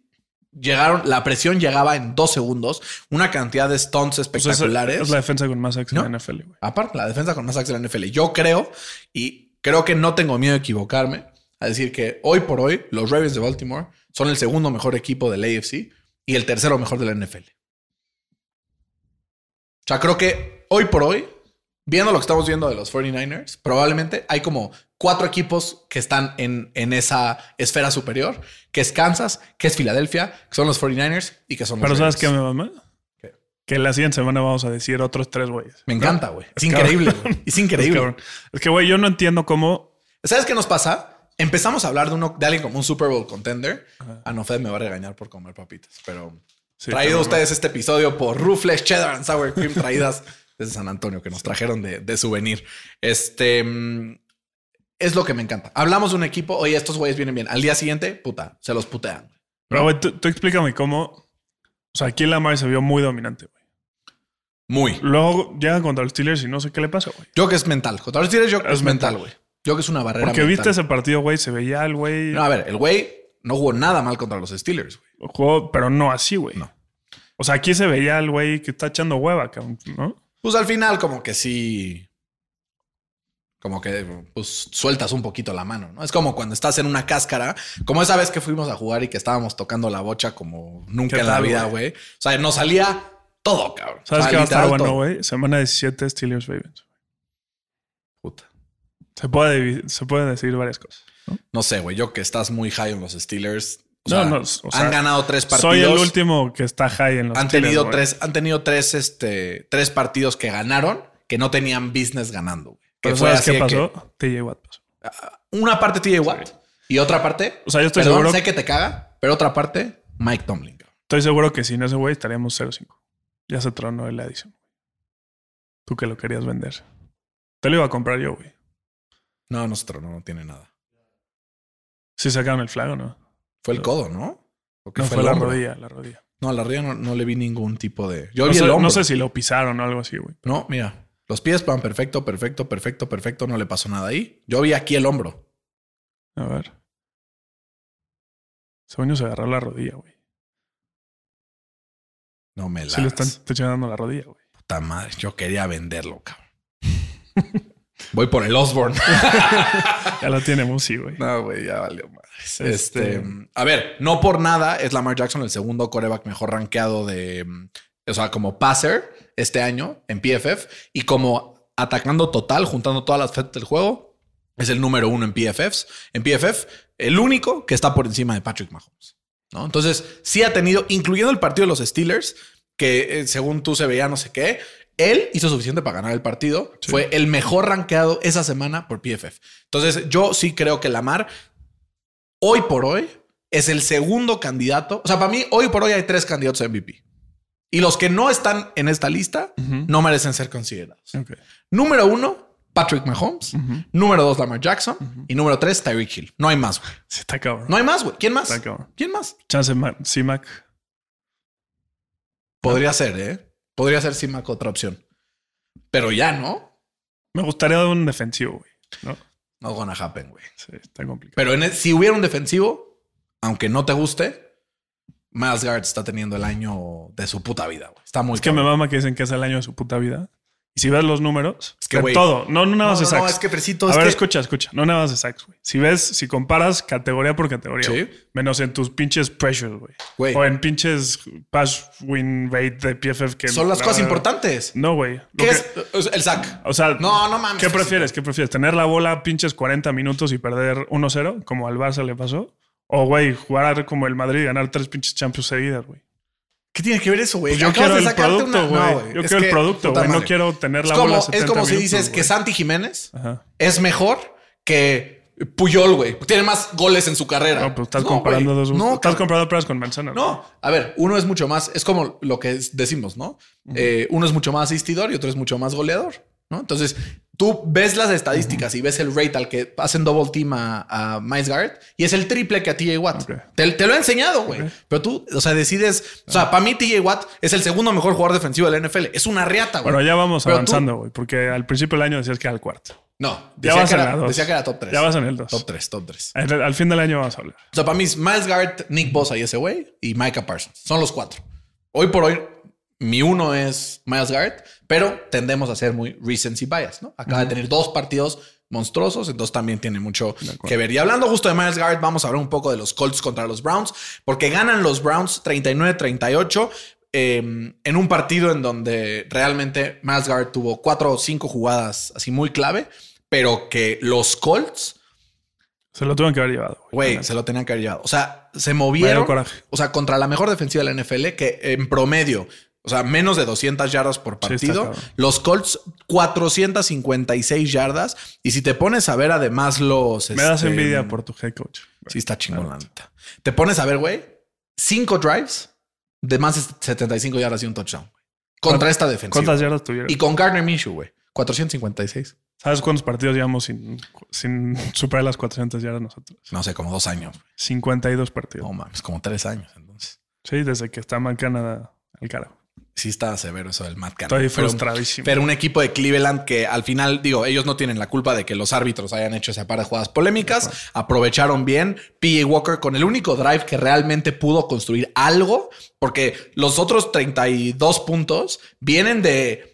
D: llegaron, la presión llegaba en dos segundos. Una cantidad de stunts
E: Pues esa-
D: espectaculares.
E: es la defensa con más acción
D: ¿No?
E: en la NFL, güey.
D: Aparte, la defensa con más sacks de la NFL. Yo creo, y creo que no tengo miedo de equivocarme, a decir que hoy por hoy los Ravens de Baltimore son el segundo mejor equipo del AFC y el tercero mejor de la NFL. O sea, creo que hoy por hoy, viendo lo que estamos viendo de los 49ers, probablemente hay como cuatro equipos que están en, en esa esfera superior, que es Kansas, que es Filadelfia, que son los 49ers y que son los
E: Pero ¿sabes qué,
D: Ravens.
E: mi mamá?
D: ¿Qué?
E: Que la siguiente semana vamos a decir otros tres güeyes.
D: Me encanta, güey. Es,
E: cabrón.
D: increíble. güey. Es
E: Es,
D: increíble.
E: cabrón. Es que, güey, yo no entiendo cómo.
D: ¿Sabes qué nos pasa? Empezamos a hablar de, uno, de alguien como un Super Bowl contender. A no, Fed me va a regañar por comer papitas, pero
E: Sí,
D: traído a
E: cabrón.
D: ustedes este episodio por Rufles Cheddar and Sour Cream traídas desde San Antonio, que nos trajeron de, de souvenir. Este mm, es lo que me encanta. Hablamos de un equipo, oye, estos güeyes vienen bien. Al día siguiente, puta, se los putean.
E: Pero, güey, tú, tú explícame cómo. O sea, aquí Lamar se vio muy dominante, güey.
D: Muy.
E: Luego llega contra los Steelers y no sé qué le pasa, güey.
D: Yo que es mental. Contra los Steelers, yo que es,
E: Es
D: mental,
E: mental.
D: güey. Yo que es una barrera.
E: Porque
D: mental.
E: viste ese partido, güey, se veía el güey.
D: No, a ver, el güey no jugó nada mal contra los Steelers, güey.
E: jugó, pero no así, güey.
D: No.
E: O sea, aquí se veía el güey que está echando hueva, cabrón, ¿no?
D: Pues al final, como que sí. Como que pues, sueltas un poquito la mano, ¿no? Es como cuando estás en una cáscara, como esa vez que fuimos a jugar y que estábamos tocando la bocha como nunca
E: ¿Qué
D: en la
E: tal,
D: vida, güey.
E: güey?
D: O sea, nos salía todo, cabrón.
E: ¿Sabes
D: O sea,
E: qué va a estar
D: Ah, literal,
E: bueno,
D: todo.
E: güey? Semana 17, Steelers Ravens.
D: Puta.
E: Se puede, divi- se pueden decir varias cosas.
D: No sé, güey. Yo que estás muy high en los Steelers. O
E: No,
D: sea,
E: no, o sea,
D: han ganado tres partidos.
E: Soy el último que está high en los
D: han
E: Steelers,
D: tenido
E: güey.
D: tres, han tenido tres, este, tres partidos que ganaron que no tenían business ganando, güey. Que
E: Pero
D: fue
E: ¿sabes
D: así
E: qué
D: de que
E: pasó? TJ Watt pasó.
D: Una parte TJ Watt y otra parte.
E: O sea, yo estoy
D: perdón,
E: seguro-
D: Sé que te caga, pero otra parte, Mike Tomlin. cabrón.
E: Estoy seguro que sin ese güey estaríamos 0-5. Ya se tronó el Addison. Tú que lo querías vender. Te lo iba a comprar yo, güey.
D: No, nuestro no, no tiene nada.
E: Sí sacaron el flag o no.
D: Fue el codo, ¿no? ¿O qué
E: No, fue,
D: el
E: la
D: hombro?
E: rodilla, la rodilla.
D: No, a la rodilla no, no le vi ningún tipo de. Yo
E: No
D: vi
E: sé,
D: el
E: no
D: hombro. No,
E: sé si lo pisaron o algo así, güey.
D: mira. Los pies van perfecto, perfecto, perfecto, perfecto. No le pasó nada ahí. Yo vi aquí el hombro.
E: A ver. Según yo se agarró la rodilla, güey.
D: No me la.
E: Sí le están te dando la rodilla, güey.
D: Puta madre. Yo quería venderlo, cabrón. Voy por el Osborne.
E: Ya la tenemos, sí, güey.
D: no, güey, ya valió madres.
E: Este-
D: Este... a ver, no por nada es Lamar Jackson el segundo coreback mejor rankeado de, mm, o sea, como passer este año en PFF y como atacando total, juntando todas las facetas del juego, es el número uno en PFFs. En PFF, el único que está por encima de Patrick Mahomes. ¿no? Entonces, sí ha tenido, incluyendo el partido de los Steelers, que eh, según tú se veía no sé qué, él hizo suficiente para ganar el partido.
E: Sí.
D: Fue el mejor rankeado esa semana por PFF. Entonces, yo sí creo que Lamar, hoy por hoy, es el segundo candidato. O sea, para mí, hoy por hoy hay tres candidatos a MVP. Y los que no están en esta lista
E: Ujú.
D: no merecen ser considerados.
E: Ok.
D: Número uno, Patrick Mahomes. Número dos, Lamar Jackson. Y número tres, Tyreek Hill. No hay más, güey.
E: Sí, está cabrón.
D: No hay más, güey. ¿Quién más?
E: Está cabrón.
D: ¿Quién más?
E: Chance Ma- Simac.
D: Podría ser, ¿eh? Podría ser Simac otra opción. Pero ya no.
E: Me gustaría dar un defensivo, güey. ¿no?
D: No gonna happen, güey.
E: Sí, está complicado.
D: Pero en el- si hubiera un defensivo, aunque no te guste, Miles Garrett está teniendo el año de su puta vida, güey. Está muy
E: Es que me mama que dicen que es el año de su puta vida. Y si ves los números,
D: Es que,
E: de
D: güey,
E: todo. No, no nada
D: no,
E: más de
D: no, no,
E: sacks.
D: es que Fresito
E: A
D: es
E: ver,
D: que-
E: escucha, escucha. No nada más de sacks, güey. Si ves, si comparas categoría por categoría,
D: Sí.
E: güey, menos en tus pinches pressures, güey.
D: Güey.
E: O en pinches pass win rate de PFF que
D: Son las
E: la
D: cosas
E: verdad-
D: importantes.
E: No, güey. Lo
D: ¿Qué
E: que-
D: es o sea, el sack?
E: O sea,
D: No, no mames,
E: ¿Qué
D: Fresito.
E: prefieres? ¿Qué prefieres? ¿Tener la bola pinches 40 minutos y perder 1-0, como al Barça le pasó? O, güey, jugar como el Madrid y ganar tres pinches Champions seguidas, güey.
D: ¿Qué tiene que ver eso, güey?
E: Pues yo
D: Acabas
E: quiero
D: de
E: el
D: sacarte
E: producto,
D: una- no,
E: güey. yo
D: es
E: quiero el
D: que-
E: producto,
D: puta
E: güey. No
D: madre.
E: quiero tener
D: Es
E: la
D: como,
E: bola
D: es
E: 70
D: como si
E: minutos,
D: dices que
E: güey.
D: Santi Jiménez
E: Ajá.
D: es mejor que Puyol, güey. Tiene más goles en su carrera.
E: No, pues estás comparando
D: güey.
E: dos.
D: No,
E: estás
D: cabrón.
E: comparando peras con manzanas.
D: No, a ver, uno es mucho más, es como lo que es- decimos, ¿no? Eh, uno es mucho más asistidor y otro es mucho más goleador, ¿no? Entonces, tú ves las estadísticas y ves el rate al que hacen double team a, a Miles Garrett y es el triple que a TJ Watt.
E: Ok.
D: Te, te lo he enseñado, güey. Pero tú, o sea, decides, o
E: Ah.
D: sea, para mí TJ Watt es el segundo mejor jugador defensivo del NFL. Es una riata, güey.
E: Bueno, ya vamos
D: Pero tú-
E: avanzando, güey, porque al principio del año decías que era el cuarto.
D: No,
E: Ya
D: decía,
E: vas
D: que
E: en
D: era,
E: la dos.
D: decía que era top 3.
E: Ya vas en el dos.
D: Top 3, top 3.
E: Al, al fin del año vamos a hablar.
D: O sea, para mí es Miles Garrett, Nick Bosa y ese güey y Micah Parsons. Son los cuatro. Hoy por hoy, mi uno es Miles Garrett, pero tendemos a ser muy recency bias, ¿no? Acaba de tener dos partidos monstruosos, entonces también tiene mucho que ver. Y hablando justo de Miles Garrett, vamos a hablar un poco de los Colts contra los Browns, porque ganan los Browns 39-38. eh, en un partido en donde realmente Miles Garrett tuvo cuatro o cinco jugadas así muy clave, pero que los Colts
E: Se lo tuvieron que haber llevado,
D: Güey, se lo tenían que haber llevado. O sea, se
E: Me dio
D: movieron.
E: coraje.
D: O sea, contra la mejor defensiva de la NFL, que en promedio, o sea, menos de 200 yardas por
E: Sí, está
D: partido.
E: cabrón.
D: los Colts, 456 yardas. Y si te pones a ver además los.
E: Me das
D: este,
E: envidia por tu head coach.
D: Sí, está chingón, la neta. Te pones a ver, güey, cinco drives de más de 75 yardas y un touchdown. güey. Contra esta defensiva.
E: ¿Cuántas yardas tuvieron?
D: Y con Gardner Minshew, güey, 456.
E: ¿Sabes cuántos partidos llevamos sin, sin superar las 400 yardas nosotros?
D: No sé, como dos años. güey.
E: 52 partidos.
D: No mames, como tres años. Entonces,
E: Sí, desde que está mal Canadá al carajo.
D: sí está severo eso del Matt Canada.
E: Estoy
D: Pero-
E: frustradísimo.
D: Pero un equipo de Cleveland que al final, digo, ellos no tienen la culpa de que los árbitros hayan hecho esa par de jugadas polémicas. Aprovecharon bien. P.J. Walker con el único drive que realmente pudo construir algo, porque los otros 32 puntos vienen de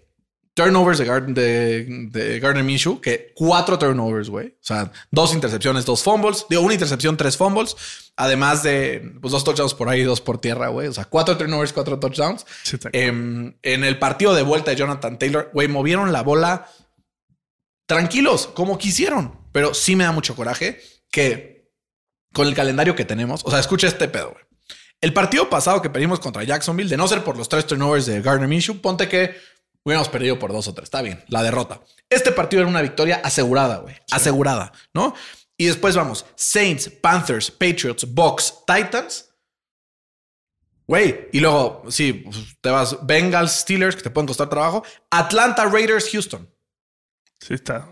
D: turnovers de, Gard- de, de Gardner Minshew, que cuatro turnovers, güey. O sea, dos intercepciones, dos fumbles. Digo, una intercepción, tres fumbles. Además de pues, dos touchdowns por ahí, dos por tierra, güey. O sea, cuatro turnovers, cuatro touchdowns.
E: Sí, está-
D: Em, en el partido de vuelta de Jonathan Taylor, güey, movieron la bola tranquilos, como quisieron. Pero sí me da mucho coraje que con el calendario que tenemos, o sea, escucha este pedo, güey. El partido pasado que perdimos contra Jacksonville, de no ser por los tres turnovers de Gardner Minshew, ponte que hubiéramos perdido por dos o tres. Está bien, la derrota. Este partido era una victoria asegurada, güey. Asegurada, ¿no? Y después vamos, Saints, Panthers, Patriots, Bucks, Titans. Güey, y luego, sí, te vas Bengals, Steelers, que te pueden costar trabajo. Atlanta, Raiders, Houston.
E: sí, está.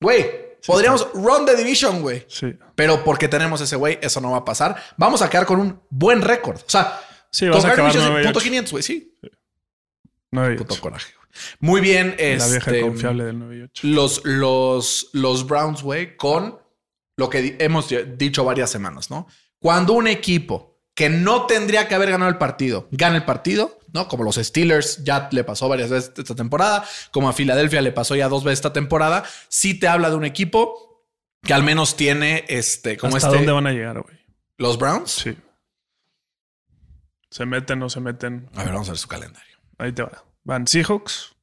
D: Güey, podríamos run the division, güey.
E: Sí.
D: Pero porque tenemos ese güey, eso no va a pasar. Vamos a quedar con un buen récord. O sea,
E: Sí, vas a acabar
D: Gardner Minshew es
E: 9 y
D: punto
E: ocho.
D: 500, güey, sí.
E: No hay
D: Puto coraje. güey. Muy bien.
E: La vieja
D: este,
E: confiable del 98.
D: Los, los, los Browns, güey, con lo que di- hemos di- dicho varias semanas, ¿no? Cuando un equipo que no tendría que haber ganado el partido gana el partido, ¿no? Como los Steelers ya le pasó varias veces esta temporada, como a Filadelfia le pasó ya dos veces esta temporada, sí te habla de un equipo que al menos tiene este, como
E: ¿Hasta
D: este,
E: dónde van a llegar, güey?
D: los Browns.
E: Sí. ¿Se meten o no se meten?
D: A ver, vamos a ver su calendario.
E: Ahí te va. Van Seahawks.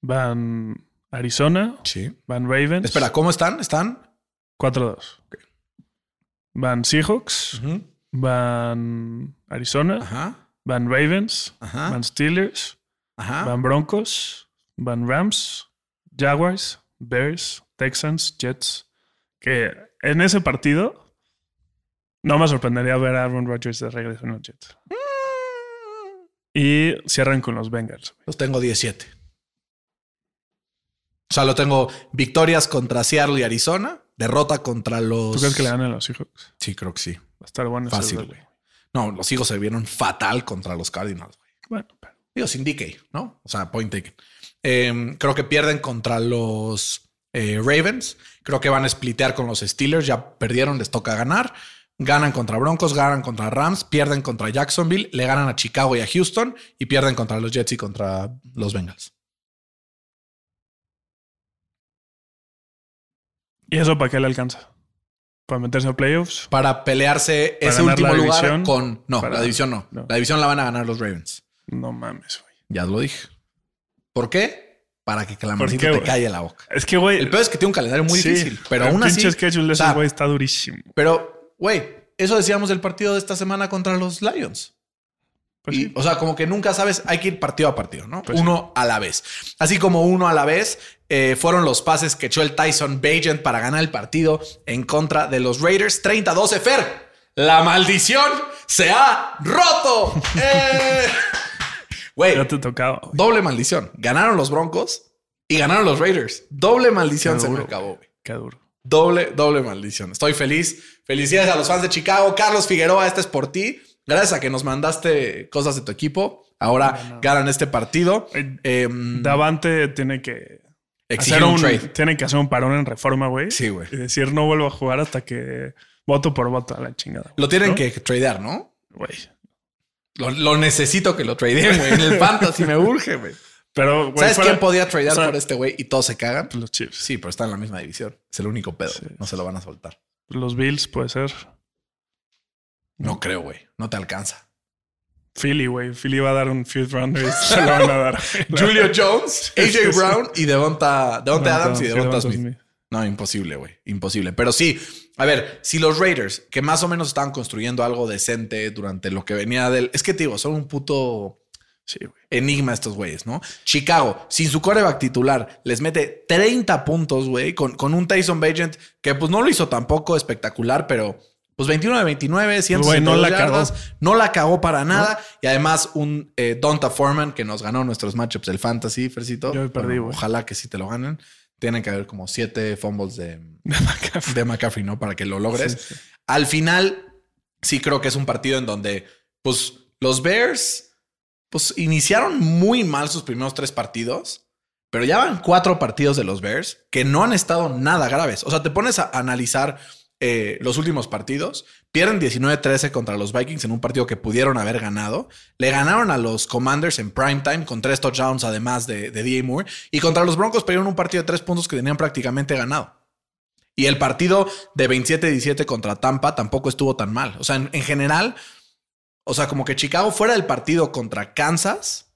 E: Van Arizona.
D: Sí.
E: Van Ravens.
D: Espera, ¿cómo están? ¿Están?
E: 4-2. Van Seahawks. Van Arizona.
D: Ajá,
E: Van Ravens.
D: Ajá.
E: Van Steelers.
D: ajá.
E: Van Broncos. Van Rams. Jaguars. Bears. Texans. Jets. Que en ese partido. No me sorprendería ver a Aaron Rodgers de regreso en los Jets. Y cierran con los Bengals.
D: Los tengo 17. O sea, lo tengo victorias contra Seattle y Arizona, derrota contra los.
E: ¿Tú crees que le ganan a los Seahawks?
D: Sí, creo que sí.
E: Va a estar bueno. ese
D: Pues Fácil,
E: duelo.
D: güey. No, los hijos se vieron fatal contra los Cardinals, güey.
E: Bueno, pero
D: Digo, sin DK, ¿no? O sea, point taken. Eh, creo que pierden contra los eh, Ravens. Creo que van a splitear con los Steelers. Ya perdieron, les toca ganar. Ganan contra Broncos, ganan contra Rams, pierden contra Jacksonville, le ganan a Chicago y a Houston y pierden contra los Jets y contra los Bengals.
E: ¿Y eso para qué le alcanza? ¿Para meterse a playoffs?
D: para pelearse
E: Para
D: ese
E: ganar la
D: último lugar
E: división.
D: con. No,
E: Para-
D: la división no.
E: no.
D: La división la van a ganar los Ravens.
E: No mames, güey.
D: Ya lo dije. ¿Por qué? Para que Calamarcito
E: qué,
D: te
E: güey?
D: calle la boca.
E: Es que, güey.
D: El peor es que tiene un calendario muy
E: sí,
D: difícil, pero
E: el
D: aún así.
E: pinche schedule de
D: o
E: esos,
D: sea,
E: güey, está durísimo.
D: pero, güey, eso decíamos del partido de esta semana contra los Lions.
E: Pues
D: Y,
E: sí.
D: O sea, como que nunca sabes, hay que ir partido a partido, ¿no?
E: Pues
D: uno a la vez. Así como uno a la vez eh, fueron los pases que echó el Tyson Bagent para ganar el partido en contra de los Raiders. 30-12, Fer. La maldición se ha roto. ¡Eh! Güey,
E: Ya te tocaba. güey.
D: doble maldición. Ganaron los Broncos y ganaron los Raiders. Doble maldición
E: Qué
D: se me
E: duro,
D: acabó, güey.
E: Qué duro.
D: Doble, doble maldición. Estoy feliz. Felicidades a los fans de Chicago. Carlos Figueroa, este es por ti. Gracias a que nos mandaste cosas de tu equipo. Ahora ganan este partido.
E: Eh,
D: Em,
E: Davante tiene que
D: exigir
E: hacer
D: un
E: un-
D: trade.
E: tiene que hacer un parón en reforma, güey.
D: Sí, güey.
E: Y decir, no vuelvo a jugar hasta que voto por voto a la chingada.
D: Lo tienen
E: ¿no?
D: que tradear, ¿no?
E: Güey.
D: Lo, lo necesito que lo tradeen, güey. En el fantasy me urge, güey.
E: Pero, güey.
D: ¿Sabes
E: fuera-
D: quién podía tradear
E: o sea,
D: por este güey y todos se cagan?
E: Los Chiefs.
D: Sí, pero está en la misma división. Es el único pedo.
E: Sí.
D: güey. No se lo van a soltar.
E: Los Bills, puede ser.
D: No creo, güey. No te alcanza.
E: Philly, güey. Philly va a dar un fifth rounder y se lo van a dar.
D: Julio Jones, AJ Brown y Devonta, Devonta Adams y
E: Sí,
D: Devonta
E: Devonta
D: Smith.
E: Smith.
D: No, imposible, güey. Imposible. Pero sí, a ver, si los Raiders, que más o menos estaban construyendo algo decente durante lo que venía del. Es que te digo, son un puto
E: Sí, güey.
D: enigma estos güeyes, ¿no? Chicago, sin su coreback titular, les mete 30 puntos, güey, con, con un Tyson Bagent que pues no lo hizo tampoco espectacular, pero pues 21 de 29, 162
E: Güey, no la
D: yardas, no la cagó para nada. Y además un eh, Donta Foreman que nos ganó nuestros matchups del Fantasy, Fercito.
E: Yo perdí, güey.
D: ojalá que sí te lo ganen. Tienen que haber como siete fumbles de,
E: McCaffrey.
D: de McCaffrey, ¿no? Para que lo logres.
E: Sí, sí.
D: Al final, sí creo que es un partido en donde, pues, los Bears, pues, iniciaron muy mal sus primeros tres partidos, pero ya van cuatro partidos de los Bears que no han estado nada graves. O sea, te pones a analizar eh, los últimos partidos, pierden 19-13 contra los Vikings en un partido que pudieron haber ganado, le ganaron a los Commanders en primetime con tres touchdowns además de, de DJ Moore, y contra los Broncos perdieron un partido de tres puntos que tenían prácticamente ganado. Y el partido de 27-17 contra Tampa tampoco estuvo tan mal. O sea, en, en general, o sea, como que Chicago fuera del partido contra Kansas,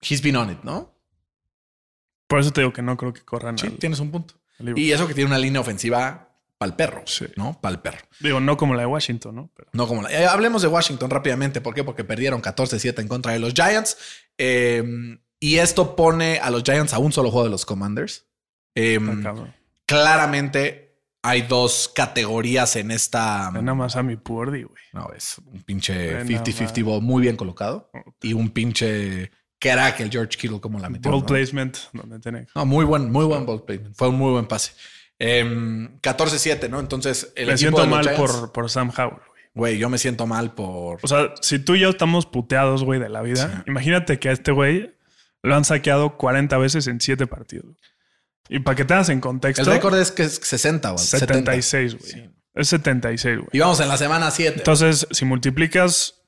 D: he's been on it, ¿no?
E: Por eso te digo que no creo que corran
D: Sí,
E: al-
D: tienes un punto.
E: al Eagles.
D: Y eso que tiene una línea ofensiva pa'l perro,
E: Sí.
D: ¿no? Pa'l perro.
E: Digo, no como la de Washington, ¿no? Pero
D: No como la- eh, Hablemos de Washington rápidamente. ¿Por qué? Porque perdieron 14-7 en contra de los Giants. Eh, y esto pone a los Giants a un solo juego de los Commanders. Eh,
E: está cabrón.
D: claramente hay dos categorías en esta.
E: Nada más a mi Purdy, güey.
D: No, es un pinche
E: Buena
D: 50-50
E: madre.
D: ball muy bien colocado y un pinche crack el George Kittle como la metió.
E: Ball
D: ¿no?
E: placement, donde tiene.
D: No, muy buen, muy buen ball play. Fue un muy buen pase. Em, 14-7, ¿no? Entonces, el
E: Me
D: equipo
E: siento
D: de los
E: mal
D: Giants-
E: por, por Sam Howell, güey.
D: Güey, yo me siento mal por...
E: O sea, si tú y yo estamos puteados, güey, de la vida, imagínate que a este güey lo han saqueado 40 veces en 7 partidos. Y para que te hagas en contexto,
D: El récord es que es 60, güey. 70.
E: 76, güey.
D: Sí.
E: Es 76, güey.
D: Y vamos en la semana 7.
E: Entonces, si multiplicas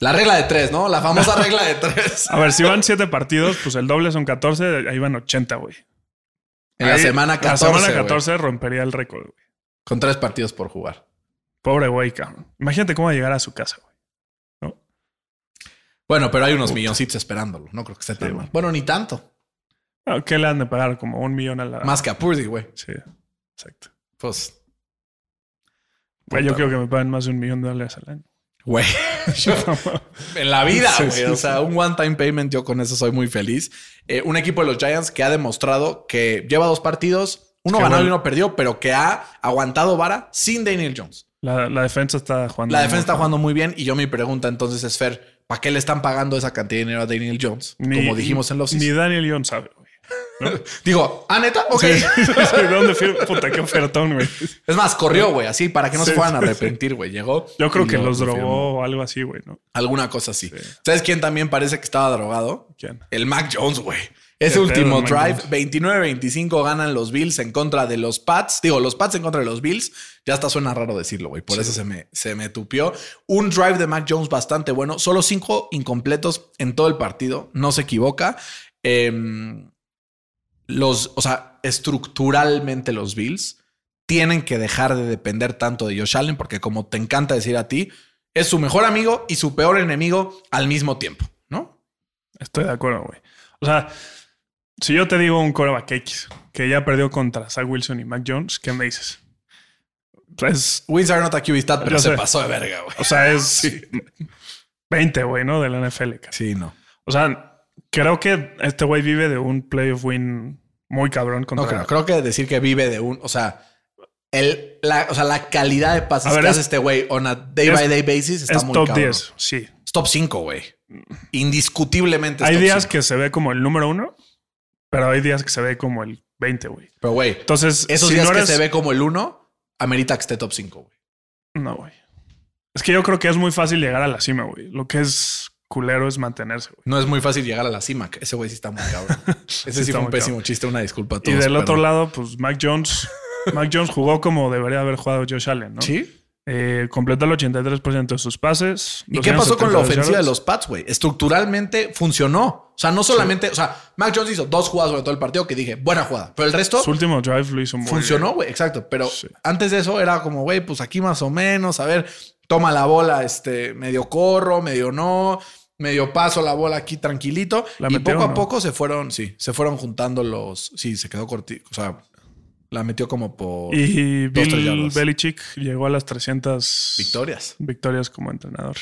D: La regla de tres, ¿no? La famosa regla de tres.
E: A ver, si van siete partidos, pues el doble son 14, ahí van 80, güey.
D: En la
E: Ahí,
D: semana 14.
E: La semana
D: güey,
E: 14 rompería el récord, güey.
D: con tres partidos por jugar.
E: Pobre güey, cabrón. Imagínate cómo va a llegar a su casa, güey.
D: Bueno, pero hay unos milloncitos esperándolo. No creo que esté tan
E: Sí,
D: mal.
E: güey.
D: Bueno, ni tanto.
E: Ah, ¿Qué le han de pagar? Como un millón a la.
D: Más que a Purdy, güey.
E: Sí, exacto.
D: Pues,
E: Güey, yo
D: Puta,
E: quiero que me paguen más de un millón de dólares al año.
D: güey. yo- en la vida,
E: Sí,
D: güey.
E: sí,
D: o
E: sí.
D: sea, un one-time payment, yo con eso soy muy feliz. Eh, un equipo de los Giants que ha demostrado que lleva dos partidos, uno
E: Qué
D: ganado y
E: bueno.
D: uno perdió, pero que ha aguantado vara sin Daniel Jones.
E: la, la defensa está jugando.
D: La defensa está jugando muy bien y yo mi pregunta entonces es, Fer, ¿para qué le están pagando esa cantidad de dinero a Daniel Jones?
E: Ni-
D: como dijimos en los...
E: Ni Daniel León sabe, güey.
D: Digo, ¿ah, neta? Ok.
E: Sí, sí, ¿Dónde firma? Puta, qué ofertón, güey.
D: Es más, corrió, güey, así para que no se
E: Sí,
D: fueran a
E: sí, sí.
D: arrepentir, güey. Llegó.
E: Yo creo
D: y
E: que
D: lo-
E: los
D: lo firmó.
E: drogó o algo así, güey, ¿no?
D: Alguna cosa así.
E: Sí.
D: ¿Sabes quién también parece que estaba drogado?
E: ¿Quién?
D: El Mac Jones, güey. Ese
E: pedo,
D: último
E: Mac
D: drive,
E: Jones.
D: 29-25 ganan los Bills en contra de los Pats. Digo, los Pats en contra de los Bills. Ya hasta suena raro decirlo, güey. Por eso se me, se me tupió. Un drive de Mac Jones bastante bueno. Solo cinco incompletos en todo el partido. No se equivoca. Em, los, o sea, estructuralmente los Bills tienen que dejar de depender tanto de Josh Allen porque como te encanta decir a ti, es su mejor amigo y su peor enemigo al mismo tiempo, ¿no?
E: Estoy de acuerdo, güey. O sea, si yo te digo un coreback X que ya perdió contra Zach Wilson y Mac Jones, ¿qué me dices? Pues,
D: Wins are not a QB stat, pero
E: Yo
D: se
E: sé.
D: pasó de verga, güey.
E: o sea, es 20, güey, ¿no? De la NFL. casi.
D: Sí, no.
E: O sea, creo que este güey vive de un playoff win muy cabrón
D: No
E: contra...
D: creo. Creo que decir que vive de un, o sea, el, la, o sea, la calidad de pases
E: A ver,
D: que
E: es-
D: hace este güey on a day
E: es-
D: by day basis está
E: es
D: muy
E: top
D: cabrón.
E: 10, sí.
D: Es top 5, güey. Indiscutiblemente. es
E: Hay
D: top
E: días
D: cinco.
E: que se ve como el número uno, pero hay días que se ve como el 20, güey.
D: Pero, güey,
E: Entonces,
D: esos
E: si
D: días
E: no
D: que
E: eres-
D: se ve como el 1, amerita que esté top 5, güey.
E: No, güey. Es que yo creo que es muy fácil llegar a la cima, güey. Lo que es culero es mantenerse, güey.
D: No es muy fácil llegar a la cima. que Ese güey sí está muy cabrón. Ese sí,
E: está
D: fue un
E: muy
D: pésimo chiste. Una disculpa a
E: Y
D: todos.
E: del otro
D: perdón.
E: lado, pues Mac Jones. Mac Jones jugó como debería haber jugado Josh Allen, ¿no?
D: ¿Sí?
E: Eh, completó el 83% de sus pases.
D: ¿Y qué pasó con la
E: 272
D: ofensiva de
E: yardas.
D: los Pats, güey? Estructuralmente funcionó. O sea, no solamente, o sea, Mac Jones hizo dos jugadas durante todo el partido que dije, buena jugada, pero el resto
E: Su último drive lo hizo muy
D: funcionó, güey, exacto. Pero
E: Sí.
D: antes de eso era como, güey, pues aquí más o menos, a ver, toma la bola, este, medio corro, medio no, medio paso la bola aquí tranquilito.
E: ¿La
D: y
E: metió
D: poco
E: o
D: a
E: no?
D: poco se fueron, sí, se fueron juntando los, sí, se quedó cortito, o sea, la metió como por
E: bien. Y
D: Dos, tres
E: Bill
D: yardas.
E: Belichick llegó a las 300
D: victorias.
E: victorias como entrenador.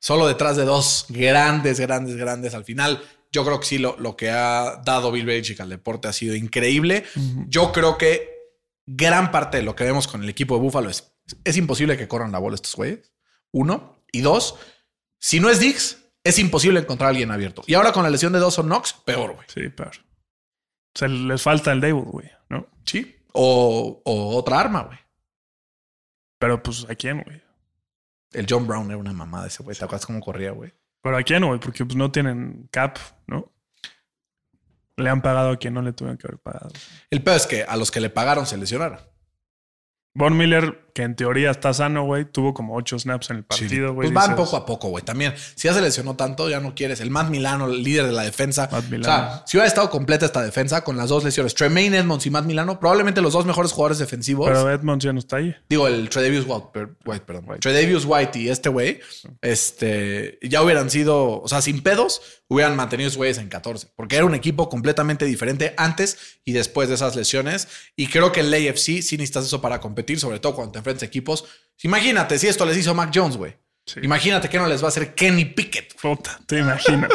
D: Solo detrás de dos grandes, grandes, grandes al final. Yo creo que sí, lo, lo que ha dado Bill Belichick al deporte ha sido increíble. Yo creo que gran parte de lo que vemos con el equipo de Búfalo es, es imposible que corran la bola estos güeyes. Uno. Y dos, si no es Dix, es imposible encontrar a alguien abierto. Y ahora con la lesión de Dawson Knox, peor, güey.
E: Sí, pero. O sea, les falta el debut, güey, ¿no?
D: Sí. O, o otra arma, güey.
E: Pero pues, ¿a quién, güey?
D: El John Brown era una mamada ese güey. ¿Te acuerdas cómo corría, güey?
E: Pero a quién, güey, porque pues no tienen cap, ¿no? Le han pagado a quien no le tuvieron que haber pagado.
D: El peor es que a los que le pagaron se lesionaron.
E: Von Miller, que en teoría está sano, güey, tuvo como ocho snaps en el
D: Sí.
E: partido, güey.
D: Pues van
E: dices,
D: poco a poco, güey. También, si ya se lesionó tanto, ya no quieres. El Matt Milano, el líder de la defensa.
E: Matt
D: o
E: Milano.
D: sea, si hubiera estado completa esta defensa con las dos lesiones, Tremaine Edmonds y Matt Milano, probablemente los dos mejores jugadores defensivos.
E: Pero Edmonds ya no está ahí.
D: digo, el Tredavious White, per- White, perdón.
E: White.
D: Tredavious White y este güey, este, ya hubieran sido, o sea, sin pedos, hubieran mantenido sus güeyes en 14. Porque era un equipo completamente diferente antes y después de esas lesiones. Y creo que en la AFC sí necesitas eso para competir, sobre todo cuando te enfrentas a equipos. Imagínate si esto les hizo Mac Jones, güey.
E: Sí.
D: Imagínate que no les va a hacer Kenny Pickett.
E: Puta, te imaginas.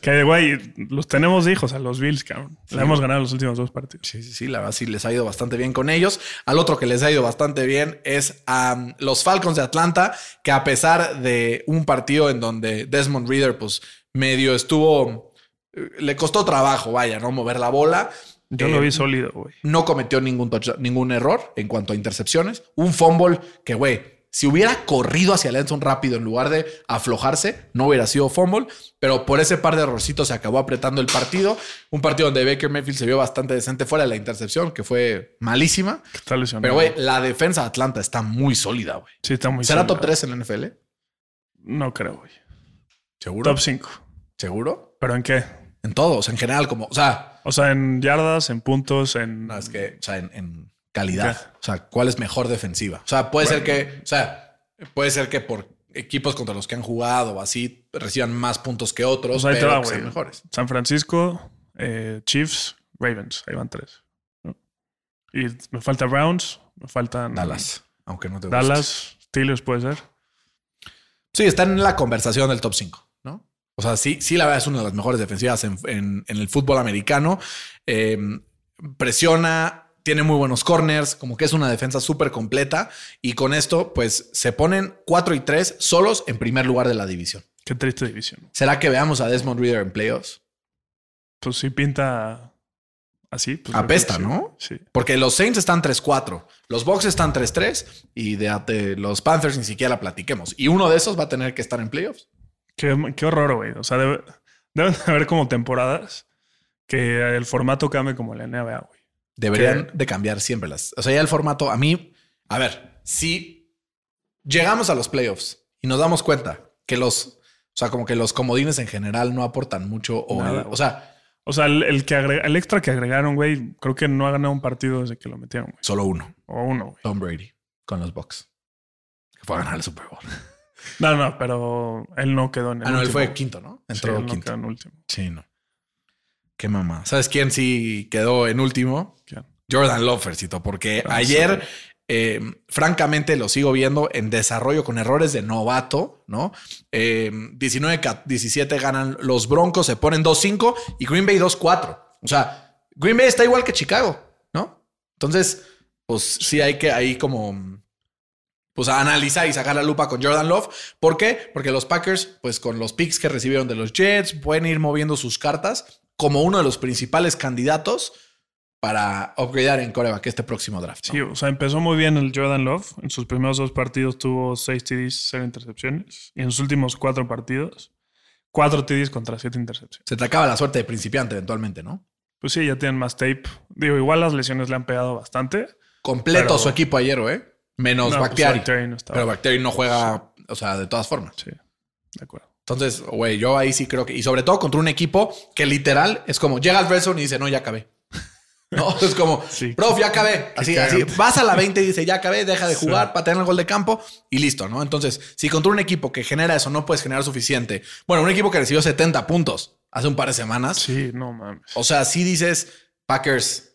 E: que, güey, los tenemos de hijos a los Bills, cabrón. Le hemos ganado los últimos dos partidos.
D: Sí, sí, sí, la verdad sí les ha ido bastante bien con ellos. Al otro que les ha ido bastante bien es a um, los Falcons de Atlanta, que a pesar de un partido en donde Desmond Reader, pues medio estuvo, eh, le costó trabajo, vaya, ¿no? Mover la bola.
E: Yo
D: Eh,
E: lo vi sólido, güey.
D: No cometió ningún, touch- ningún error en cuanto a intercepciones. Un fumble que, güey, si hubiera corrido hacia Lenson rápido en lugar de aflojarse, no hubiera sido fumble. Pero por ese par de errorcitos se acabó apretando el partido. Un partido donde Baker Mayfield se vio bastante decente fuera de la intercepción, que fue malísima.
E: Que está lesionado.
D: Pero, güey, la defensa de Atlanta está muy sólida, güey.
E: sí, está muy
D: ¿Será
E: sólido.
D: top 3 en la NFL?
E: No creo, güey.
D: ¿Seguro?
E: Top 5.
D: ¿Seguro?
E: ¿Pero en qué?
D: En todos, en general, como, o sea,
E: O sea, en yardas, en puntos, en.
D: no, es que, o sea, en, en calidad. O sea, ¿cuál es mejor defensiva? O sea, puede ser que, o sea, puede ser que por equipos contra los que han jugado o así reciban más puntos que otros,
E: Pues ahí te
D: pero
E: va,
D: que sean
E: güey.
D: mejores.
E: San Francisco, eh, Chiefs, Ravens. Ahí van tres. ¿no? Y me falta Browns, me faltan.
D: Dallas, aunque no te guste.
E: Dallas, Steelers puede ser.
D: Sí, está en la conversación del top 5, ¿no? O sea, sí, sí, la verdad es una de las mejores defensivas en, en- en el fútbol americano. Eh, presiona, tiene muy buenos corners, como que es una defensa súper completa. Y con esto, pues se ponen 4 y 3 solos en primer lugar de la división.
E: Qué triste división.
D: ¿Será que veamos a Desmond Reader en playoffs?
E: Pues sí pinta así. pues, yo creo que
D: Apesta,
E: sí.
D: ¿no?
E: Sí.
D: Porque los Saints están 3-4, los Bucks están 3-3 y de, de los Panthers ni siquiera platiquemos. Y uno de esos va a tener que estar en playoffs.
E: Qué, qué horror, güey. O sea, debe- deben de haber como temporadas que el formato cambie como la NBA, güey.
D: Deberían de cambiar siempre las. O sea, ya el formato, a mí, a ver, si llegamos a los playoffs y nos damos cuenta que los, o sea, como que los comodines en general no aportan mucho o,
E: Nada,
D: o sea,
E: O sea, el, el que agrega- el extra que agregaron, güey, creo que no ha ganado un partido desde que lo metieron, güey.
D: solo uno,
E: O uno, güey.
D: Tom Brady con los Bucks. Que fue a ganar el Super Bowl.
E: No, no, pero él no quedó en el
D: Ah, no, él
E: último,
D: fue
E: güey.
D: quinto, ¿no?
E: Sí,
D: Entró
E: él no
D: quinto.
E: quedó en último.
D: Sí, no. Qué mamá. ¿Sabes quién sí quedó en último?
E: ¿Quién?
D: Jordan Lofercito, porque
E: Ah,
D: ayer, eh, francamente, lo sigo viendo en desarrollo con errores de novato, ¿no? Eh, 19-17 ganan los Broncos, se ponen 2-5 y Green Bay 2-4. O sea, Green Bay está igual que Chicago, ¿no? Entonces, pues sí hay que ahí como pues a analizar y sacar la lupa con Jordan Love. ¿Por qué? Porque los Packers, pues con los picks que recibieron de los Jets, pueden ir moviendo sus cartas como uno de los principales candidatos para upgradear en coreback este próximo draft. ¿no?
E: Sí, o sea, empezó muy bien el Jordan Love. En sus primeros dos partidos tuvo 6 TDs, 0 intercepciones. Y en sus últimos cuatro partidos, 4 TDs contra 7 intercepciones.
D: Se te acaba la suerte de principiante eventualmente, ¿no?
E: Pues sí, ya tienen más tape. Digo, igual las lesiones le han pegado bastante.
D: Completo
E: Pero-
D: su equipo ayer, ¿eh? Menos
E: No, pues,
D: Bactiari.
E: Bakhtiari no estaba.
D: pero Bactiari no juega, o sea, de todas formas.
E: Sí, de acuerdo.
D: Entonces, güey, yo ahí sí creo que. Y sobre todo contra un equipo que literal es como llega al red zone y dice, no, ya acabé. No, es como,
E: Sí.
D: prof, ya acabé. Así, así.
E: cagante.
D: Vas a la 20 y dice, ya acabé, deja de
E: Sí.
D: jugar para tener el gol de campo y listo, ¿no? Entonces, si contra un equipo que genera eso no puedes generar suficiente. Bueno, un equipo que recibió 70 puntos hace un par de semanas.
E: Sí, no mames.
D: O sea, si dices, Packers,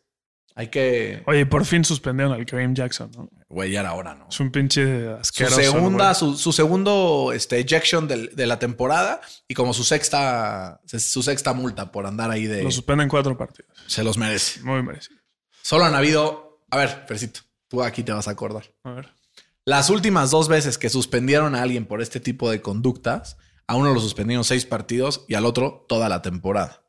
D: hay que.
E: Oye, por fin suspendieron al Kareem Jackson, ¿no?
D: Güey, ya era hora, ¿no?
E: Es un pinche
D: Su
E: asqueroso.
D: segunda,
E: güey.
D: su, su segundo este, ejection del- de, la temporada y como su sexta, su sexta multa por andar ahí de.
E: Lo suspenden cuatro partidos.
D: Se los merece.
E: Muy merecido.
D: Solo han habido. A ver, Fercito, tú aquí te vas a acordar.
E: A ver.
D: Las últimas dos veces que suspendieron a alguien por este tipo de conductas, a uno lo suspendieron seis partidos y al otro toda la temporada.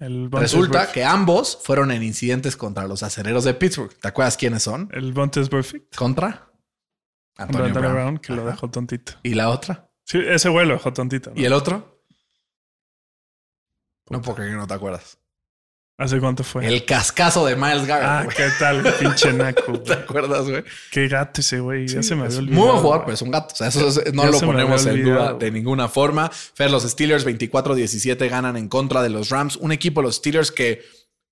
E: El Vontaze
D: Resulta
E: Burf-
D: que ambos fueron en incidentes contra los acereros de Pittsburgh. ¿Te acuerdas quiénes son?
E: El Bontes Perfect.
D: Contra Antonio,
E: Antonio
D: Brown.
E: Brown, que lo
D: Ajá.
E: dejó tontito.
D: ¿Y la otra?
E: Sí, ese güey lo dejó tontito. ¿no?
D: ¿Y el otro? No, porque no te acuerdas.
E: ¿Hace cuánto fue?
D: El cascazo de Miles Garrett.
E: Ah,
D: güey.
E: ¿qué tal? Pinche naco. güey.
D: ¿Te acuerdas, güey?
E: Qué gato ese güey. Ya se me había
D: Es
E: olvidado.
D: Muy buen jugador, pues.
E: güey.
D: pero es un gato. O sea, eso es- no
E: Ya
D: lo
E: se me
D: ponemos
E: había
D: en duda
E: olvidado.
D: de ninguna forma. Fer, los Steelers 24-17 ganan en contra de los Rams. Un equipo, los Steelers, que,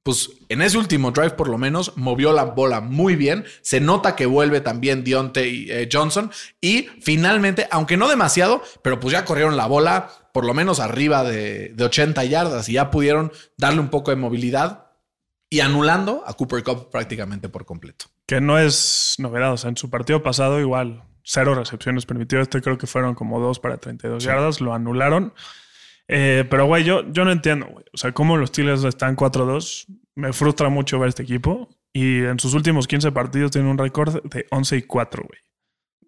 D: pues, en ese último drive, por lo menos, movió la bola muy bien. Se nota que vuelve también Deontay eh, Johnson. Y finalmente, aunque no demasiado, pero pues ya corrieron la bola por lo menos arriba de, de 80 yardas y ya pudieron darle un poco de movilidad y anulando a Cooper Cup prácticamente por completo.
E: Que no es novedad. O sea, en su partido pasado, igual, cero recepciones permitió. Este creo que fueron como dos para 32 yardas. Lo anularon. Eh, pero, güey, yo, yo no entiendo, güey. O sea, cómo los Steelers están 4-2. Me frustra mucho ver este equipo. Y en sus últimos 15 partidos tiene un récord de 11 y 4, güey.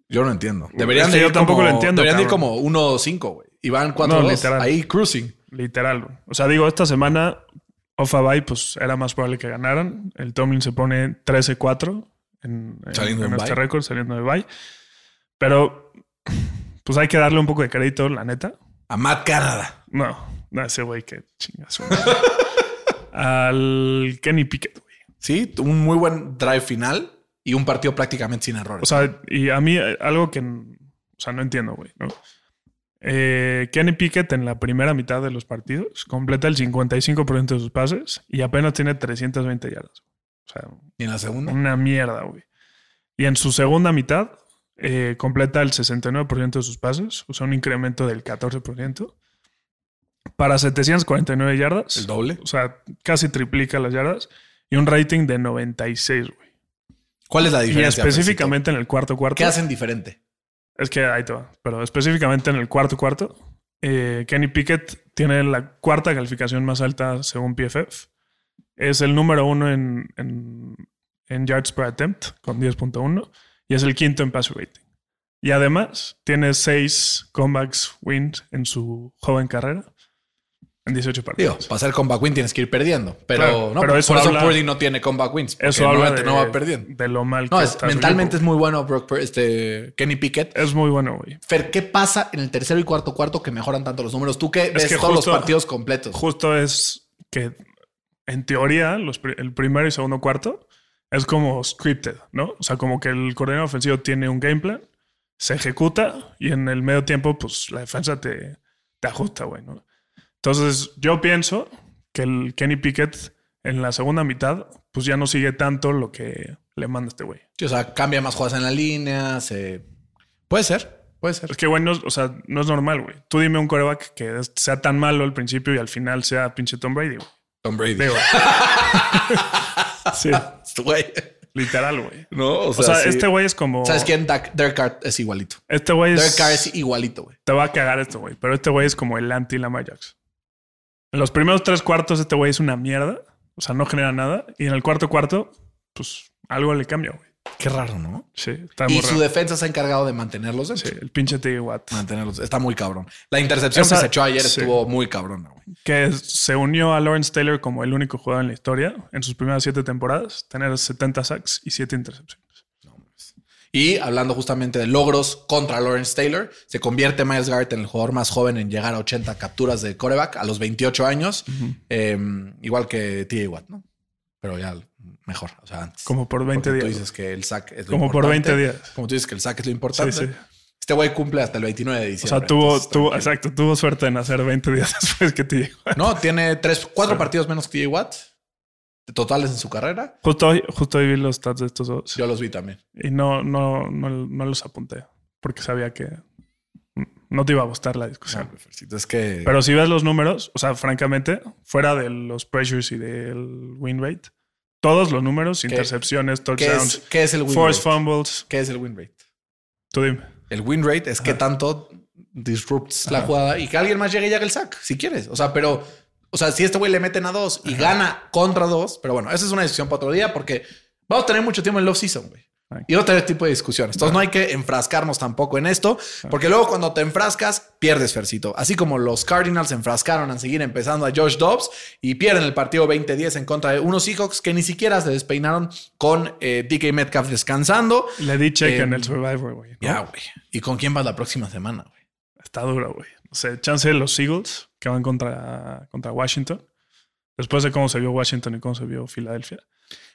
D: Yo no entiendo. Deberían
E: Es
D: de
E: que
D: ir
E: yo tampoco
D: como,
E: lo entiendo,
D: Deberían de ir
E: cabrón.
D: como 1-5, güey. Y van 4
E: No,
D: 2
E: literal.
D: ahí cruising.
E: Literal. güey. O sea, digo, esta semana Ofa Bay, pues era más probable que ganaran. El Tomlin se pone 13-4 en, en-
D: Saliendo
E: en
D: en
E: este
D: bye.
E: récord, saliendo de Bay. Pero, pues hay que darle un poco de crédito, la neta.
D: A Matt Canada.
E: No, no, ese güey que chingas. güey. Al Kenny Pickett, güey.
D: Sí, un muy buen drive final y un partido prácticamente sin errores.
E: O sea, y a mí eh, algo que, n- o sea, no entiendo, güey. ¿no? Eh, Kenny Pickett en la primera mitad de los partidos completa el 55% de sus pases y apenas tiene 320 yardas. O sea,
D: Y en la segunda,
E: una mierda, güey. Y en su segunda mitad eh, completa el 69% de sus pases, o sea, un incremento del 14%, para 749 yardas.
D: el doble.
E: O sea, casi triplica las yardas y un rating de 96, güey.
D: ¿Cuál es la
E: Y
D: diferencia? pues,
E: específicamente en el cuarto
D: Francisco?
E: cuarto.
D: ¿Qué hacen diferente?
E: Es que ahí te va. Pero específicamente en el cuarto cuarto, eh, Kenny Pickett tiene la cuarta calificación más alta según PFF. Es el número uno en, en, en yards per attempt con 10.1 y es el quinto en pass rating. Y además tiene seis comebacks wins en su joven carrera en 18
D: Digo,
E: partidos.
D: para ser comeback win tienes que ir perdiendo. Pero,
E: Pues, Claro,
D: no,
E: pero
D: por
E: eso
D: eso
E: habla-
D: Purdy no tiene comeback wins. porque
E: Eso habla
D: normalmente
E: de,
D: no va perdiendo.
E: de lo mal
D: No,
E: que
D: es-
E: está su
D: mentalmente es
E: equipo.
D: muy bueno Brock Pur- este, Kenny Pickett.
E: es muy bueno, güey.
D: Fer, ¿qué pasa en el tercero y cuarto cuarto que mejoran tanto los números? Tú que ves
E: que
D: todos
E: justo-
D: los partidos completos.
E: Justo es que en teoría los pri- el primero y segundo cuarto es como scripted, ¿no? O sea, como que el coordinador ofensivo tiene un game plan, se ejecuta y en el medio tiempo pues la defensa te, te ajusta, güey, ¿no? Entonces yo pienso que el Kenny Pickett en la segunda mitad pues ya no sigue tanto lo que le manda este güey.
D: Sí, o sea, cambia más jugadas en la línea. se- Puede ser, puede ser.
E: Es que, güey, no, es- o sea, no es normal, güey. Tú dime un coreback que es- sea tan malo al principio y al final sea pinche Tom Brady, güey.
D: Tom Brady.
E: Digo. sí,
D: Güey.
E: literal, güey.
D: No,
E: O sea,
D: sí.
E: este güey es como...
D: ¿Sabes quién? Dak- Derek Carr es igualito.
E: Este güey
D: Derek
E: es...
D: Carr es igualito, güey.
E: Te va a cagar este güey, pero este güey es como el anti-Lamar Jackson. En los primeros tres cuartos este güey es una mierda. O sea, no genera nada. Y en el cuarto cuarto, pues algo le cambia, güey.
D: Qué raro, ¿no?
E: Sí, está muy
D: Y su
E: raro.
D: defensa se ha encargado de mantenerlos dentro.
E: Sí, el pinche T.J. Watt.
D: Mantenerlos. Está muy cabrón. La intercepción
E: Esa-
D: que se echó ayer
E: sí.
D: estuvo muy cabrona, güey.
E: que se unió a Lawrence Taylor como el único jugador en la historia en sus primeras siete temporadas, tener 70 sacks y 7 intercepciones.
D: Y hablando justamente de logros contra Lawrence Taylor, se convierte Miles Garrett en el jugador más joven en llegar a 80 capturas de coreback a los 28 años, eh, igual que TJ Watt, ¿no? Pero ya mejor, o sea, antes.
E: Como por
D: Porque
E: 20
D: Tú
E: días.
D: dices que el sack es lo
E: Como por
D: importante.
E: 20 días.
D: Como tú dices que el sack es lo
E: Sí,
D: importante.
E: sí.
D: Este güey cumple hasta el 29 de
E: O
D: diciembre.
E: sea, tuvo,
D: entonces,
E: tuvo,
D: tranquilo.
E: exacto, tuvo suerte en hacer 20 días después que te llegó.
D: No, tiene tres, cuatro partidos menos que TJ Watt totales en su carrera.
E: Justo hoy, justo hoy vi los stats de estos dos
D: Yo los vi también.
E: y no, no, no, no los apunté porque sabía que no te iba a gustar la
D: Ah,
E: discusión.
D: pues, Es que
E: Pero si ves los números, o sea, francamente, fuera de los pressures y del win rate, todos los números, intercepciones,
D: ¿qué es,
E: touchdowns,
D: qué es el win
E: force
D: rate?
E: fumbles,
D: ¿Qué es el win rate?
E: tú dime.
D: El win rate es que tanto disrupts la jugada y que alguien más llegue y haga el sack, si quieres. O sea, pero, o sea, si este güey le meten a dos y gana contra dos, pero bueno, esa es una discusión para otro día porque vamos a tener mucho tiempo en el off-season, güey.
E: Ay.
D: Y otro tipo de discusiones. Entonces no hay que enfrascarnos tampoco en esto, porque luego cuando te enfrascas, pierdes, Fercito. Así como los Cardinals se enfrascaron en seguir empezando a Josh Dobbs y pierden el partido 20-10 en contra de unos Seahawks que ni siquiera se despeinaron con eh, DK Metcalf descansando.
E: Le di check
D: Eh,
E: en el Survivor, güey. ¿no?
D: Ya, güey. ¿Y con quién vas la próxima semana, güey?
E: Está duro, güey. O sea, chance de los Eagles que van contra, contra Washington. Después de cómo se vio Washington y cómo se vio Filadelfia.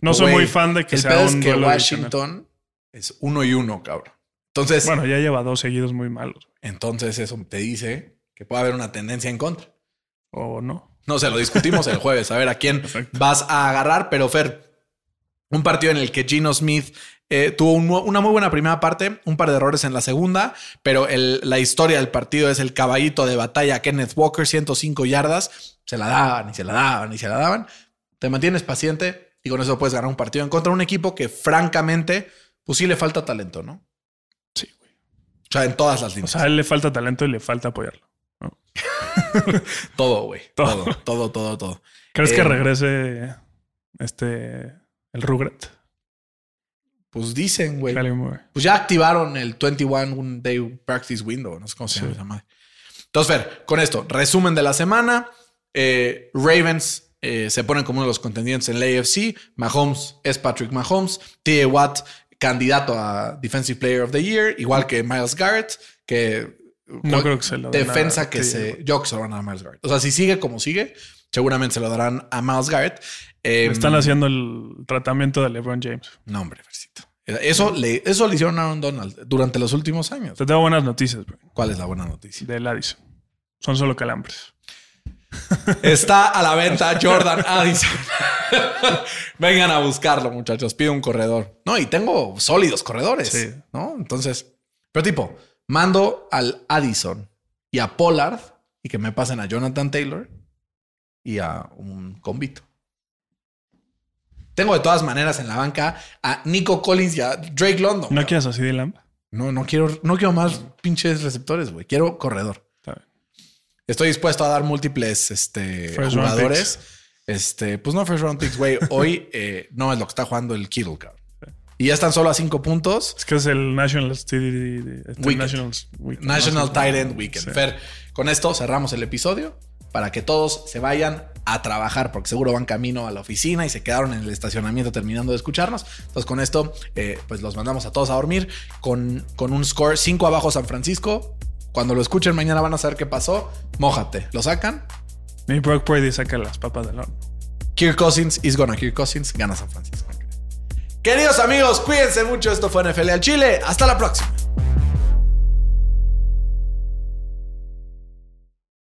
E: No soy
D: Güey,
E: muy fan de que
D: el
E: sea
D: pedo
E: un
D: es que
E: duelo divisional.
D: Washington es uno y uno, cabrón. Entonces,
E: Bueno, ya lleva dos seguidos muy malos.
D: entonces eso te dice que puede haber una tendencia en contra.
E: O no.
D: No sé, lo discutimos el jueves, a ver a quién
E: Perfecto.
D: vas a agarrar, pero Fer, un partido en el que Gino Smith eh, tuvo un mu- una muy buena primera parte, un par de errores en la segunda, pero el- la historia del partido es el caballito de batalla Kenneth Walker, 105 yardas, se la daban y se la daban y se la daban. Te mantienes paciente y con eso puedes ganar un partido en contra de un equipo que francamente, pues sí le falta talento, ¿no?
E: Sí, güey.
D: O sea, en todas las
E: O
D: líneas.
E: sea, a él le falta talento y le falta apoyarlo.
D: todo, güey.
E: todo.
D: Todo, todo, todo, todo.
E: ¿Crees
D: Eh,
E: que regrese este el Rugrat?
D: Pues dicen, güey.
E: Kyler Murray.
D: Pues ya activaron el 21 Day Practice Window. No sé cómo se llama
E: Sí.
D: esa madre. Entonces, Fer, con esto, resumen de la semana. Eh, Ravens eh, se ponen como uno de los contendientes en la AFC. Mahomes es Patrick Mahomes. T.A. Watt, candidato a Defensive Player of the Year, igual que Miles Garrett, que.
E: No creo que se lo den a
D: Defensa que
E: T.J.
D: se. Yo creo que se lo van a Miles Garrett. O sea, si sigue como sigue, seguramente se lo darán a Miles Garrett. Eh,
E: Le Están haciendo el tratamiento de LeBron James.
D: No, hombre, Fercito. Eso le, eso le hicieron a Aaron Donald durante los últimos años.
E: Te tengo buenas noticias, güey,
D: ¿Cuál es la buena noticia?
E: de Addison. Son solo calambres.
D: Oh, Está a la venta Jordan Addison. Vengan a buscarlo, muchachos. Pido un corredor. No, y tengo sólidos corredores,
E: Sí.
D: ¿no? Entonces, pero tipo, mando al Addison y a Pollard y que me pasen a Jonathan Taylor y a un convito. Tengo de todas maneras en la banca a Nico Collins y a Drake London.
E: ¿No
D: cabrón.
E: quieres así de lamba?
D: No, no quiero, no quiero más pinches receptores, güey. Quiero corredor.
E: Está bien.
D: Estoy dispuesto a dar múltiples este,
E: First round
D: jugadores. Este, pues no, first round picks, güey. Hoy eh, no es lo que está jugando el Kittle, cabrón. Y ya están solo a cinco puntos.
E: Es que es el National Steel- este,
D: Weekend.
E: Nationals Weekend.
D: National
E: National-
D: Tight End Weekend.
E: Sí.
D: Fer, con esto cerramos el episodio para que todos se vayan a trabajar, porque seguro van camino a la oficina y se quedaron en el estacionamiento terminando de escucharnos. Entonces, con esto, eh, pues los mandamos a todos a dormir con, con un score 5 abajo San Francisco. Cuando lo escuchen mañana van a saber qué pasó. Mójate, lo sacan.
E: Mi Brock Purdy saca las papas del horno.
D: Kirk Cousins is gonna Kirk Cousins, gana San Francisco. Queridos amigos, cuídense mucho. Esto fue NFL al Chile. Hasta la próxima.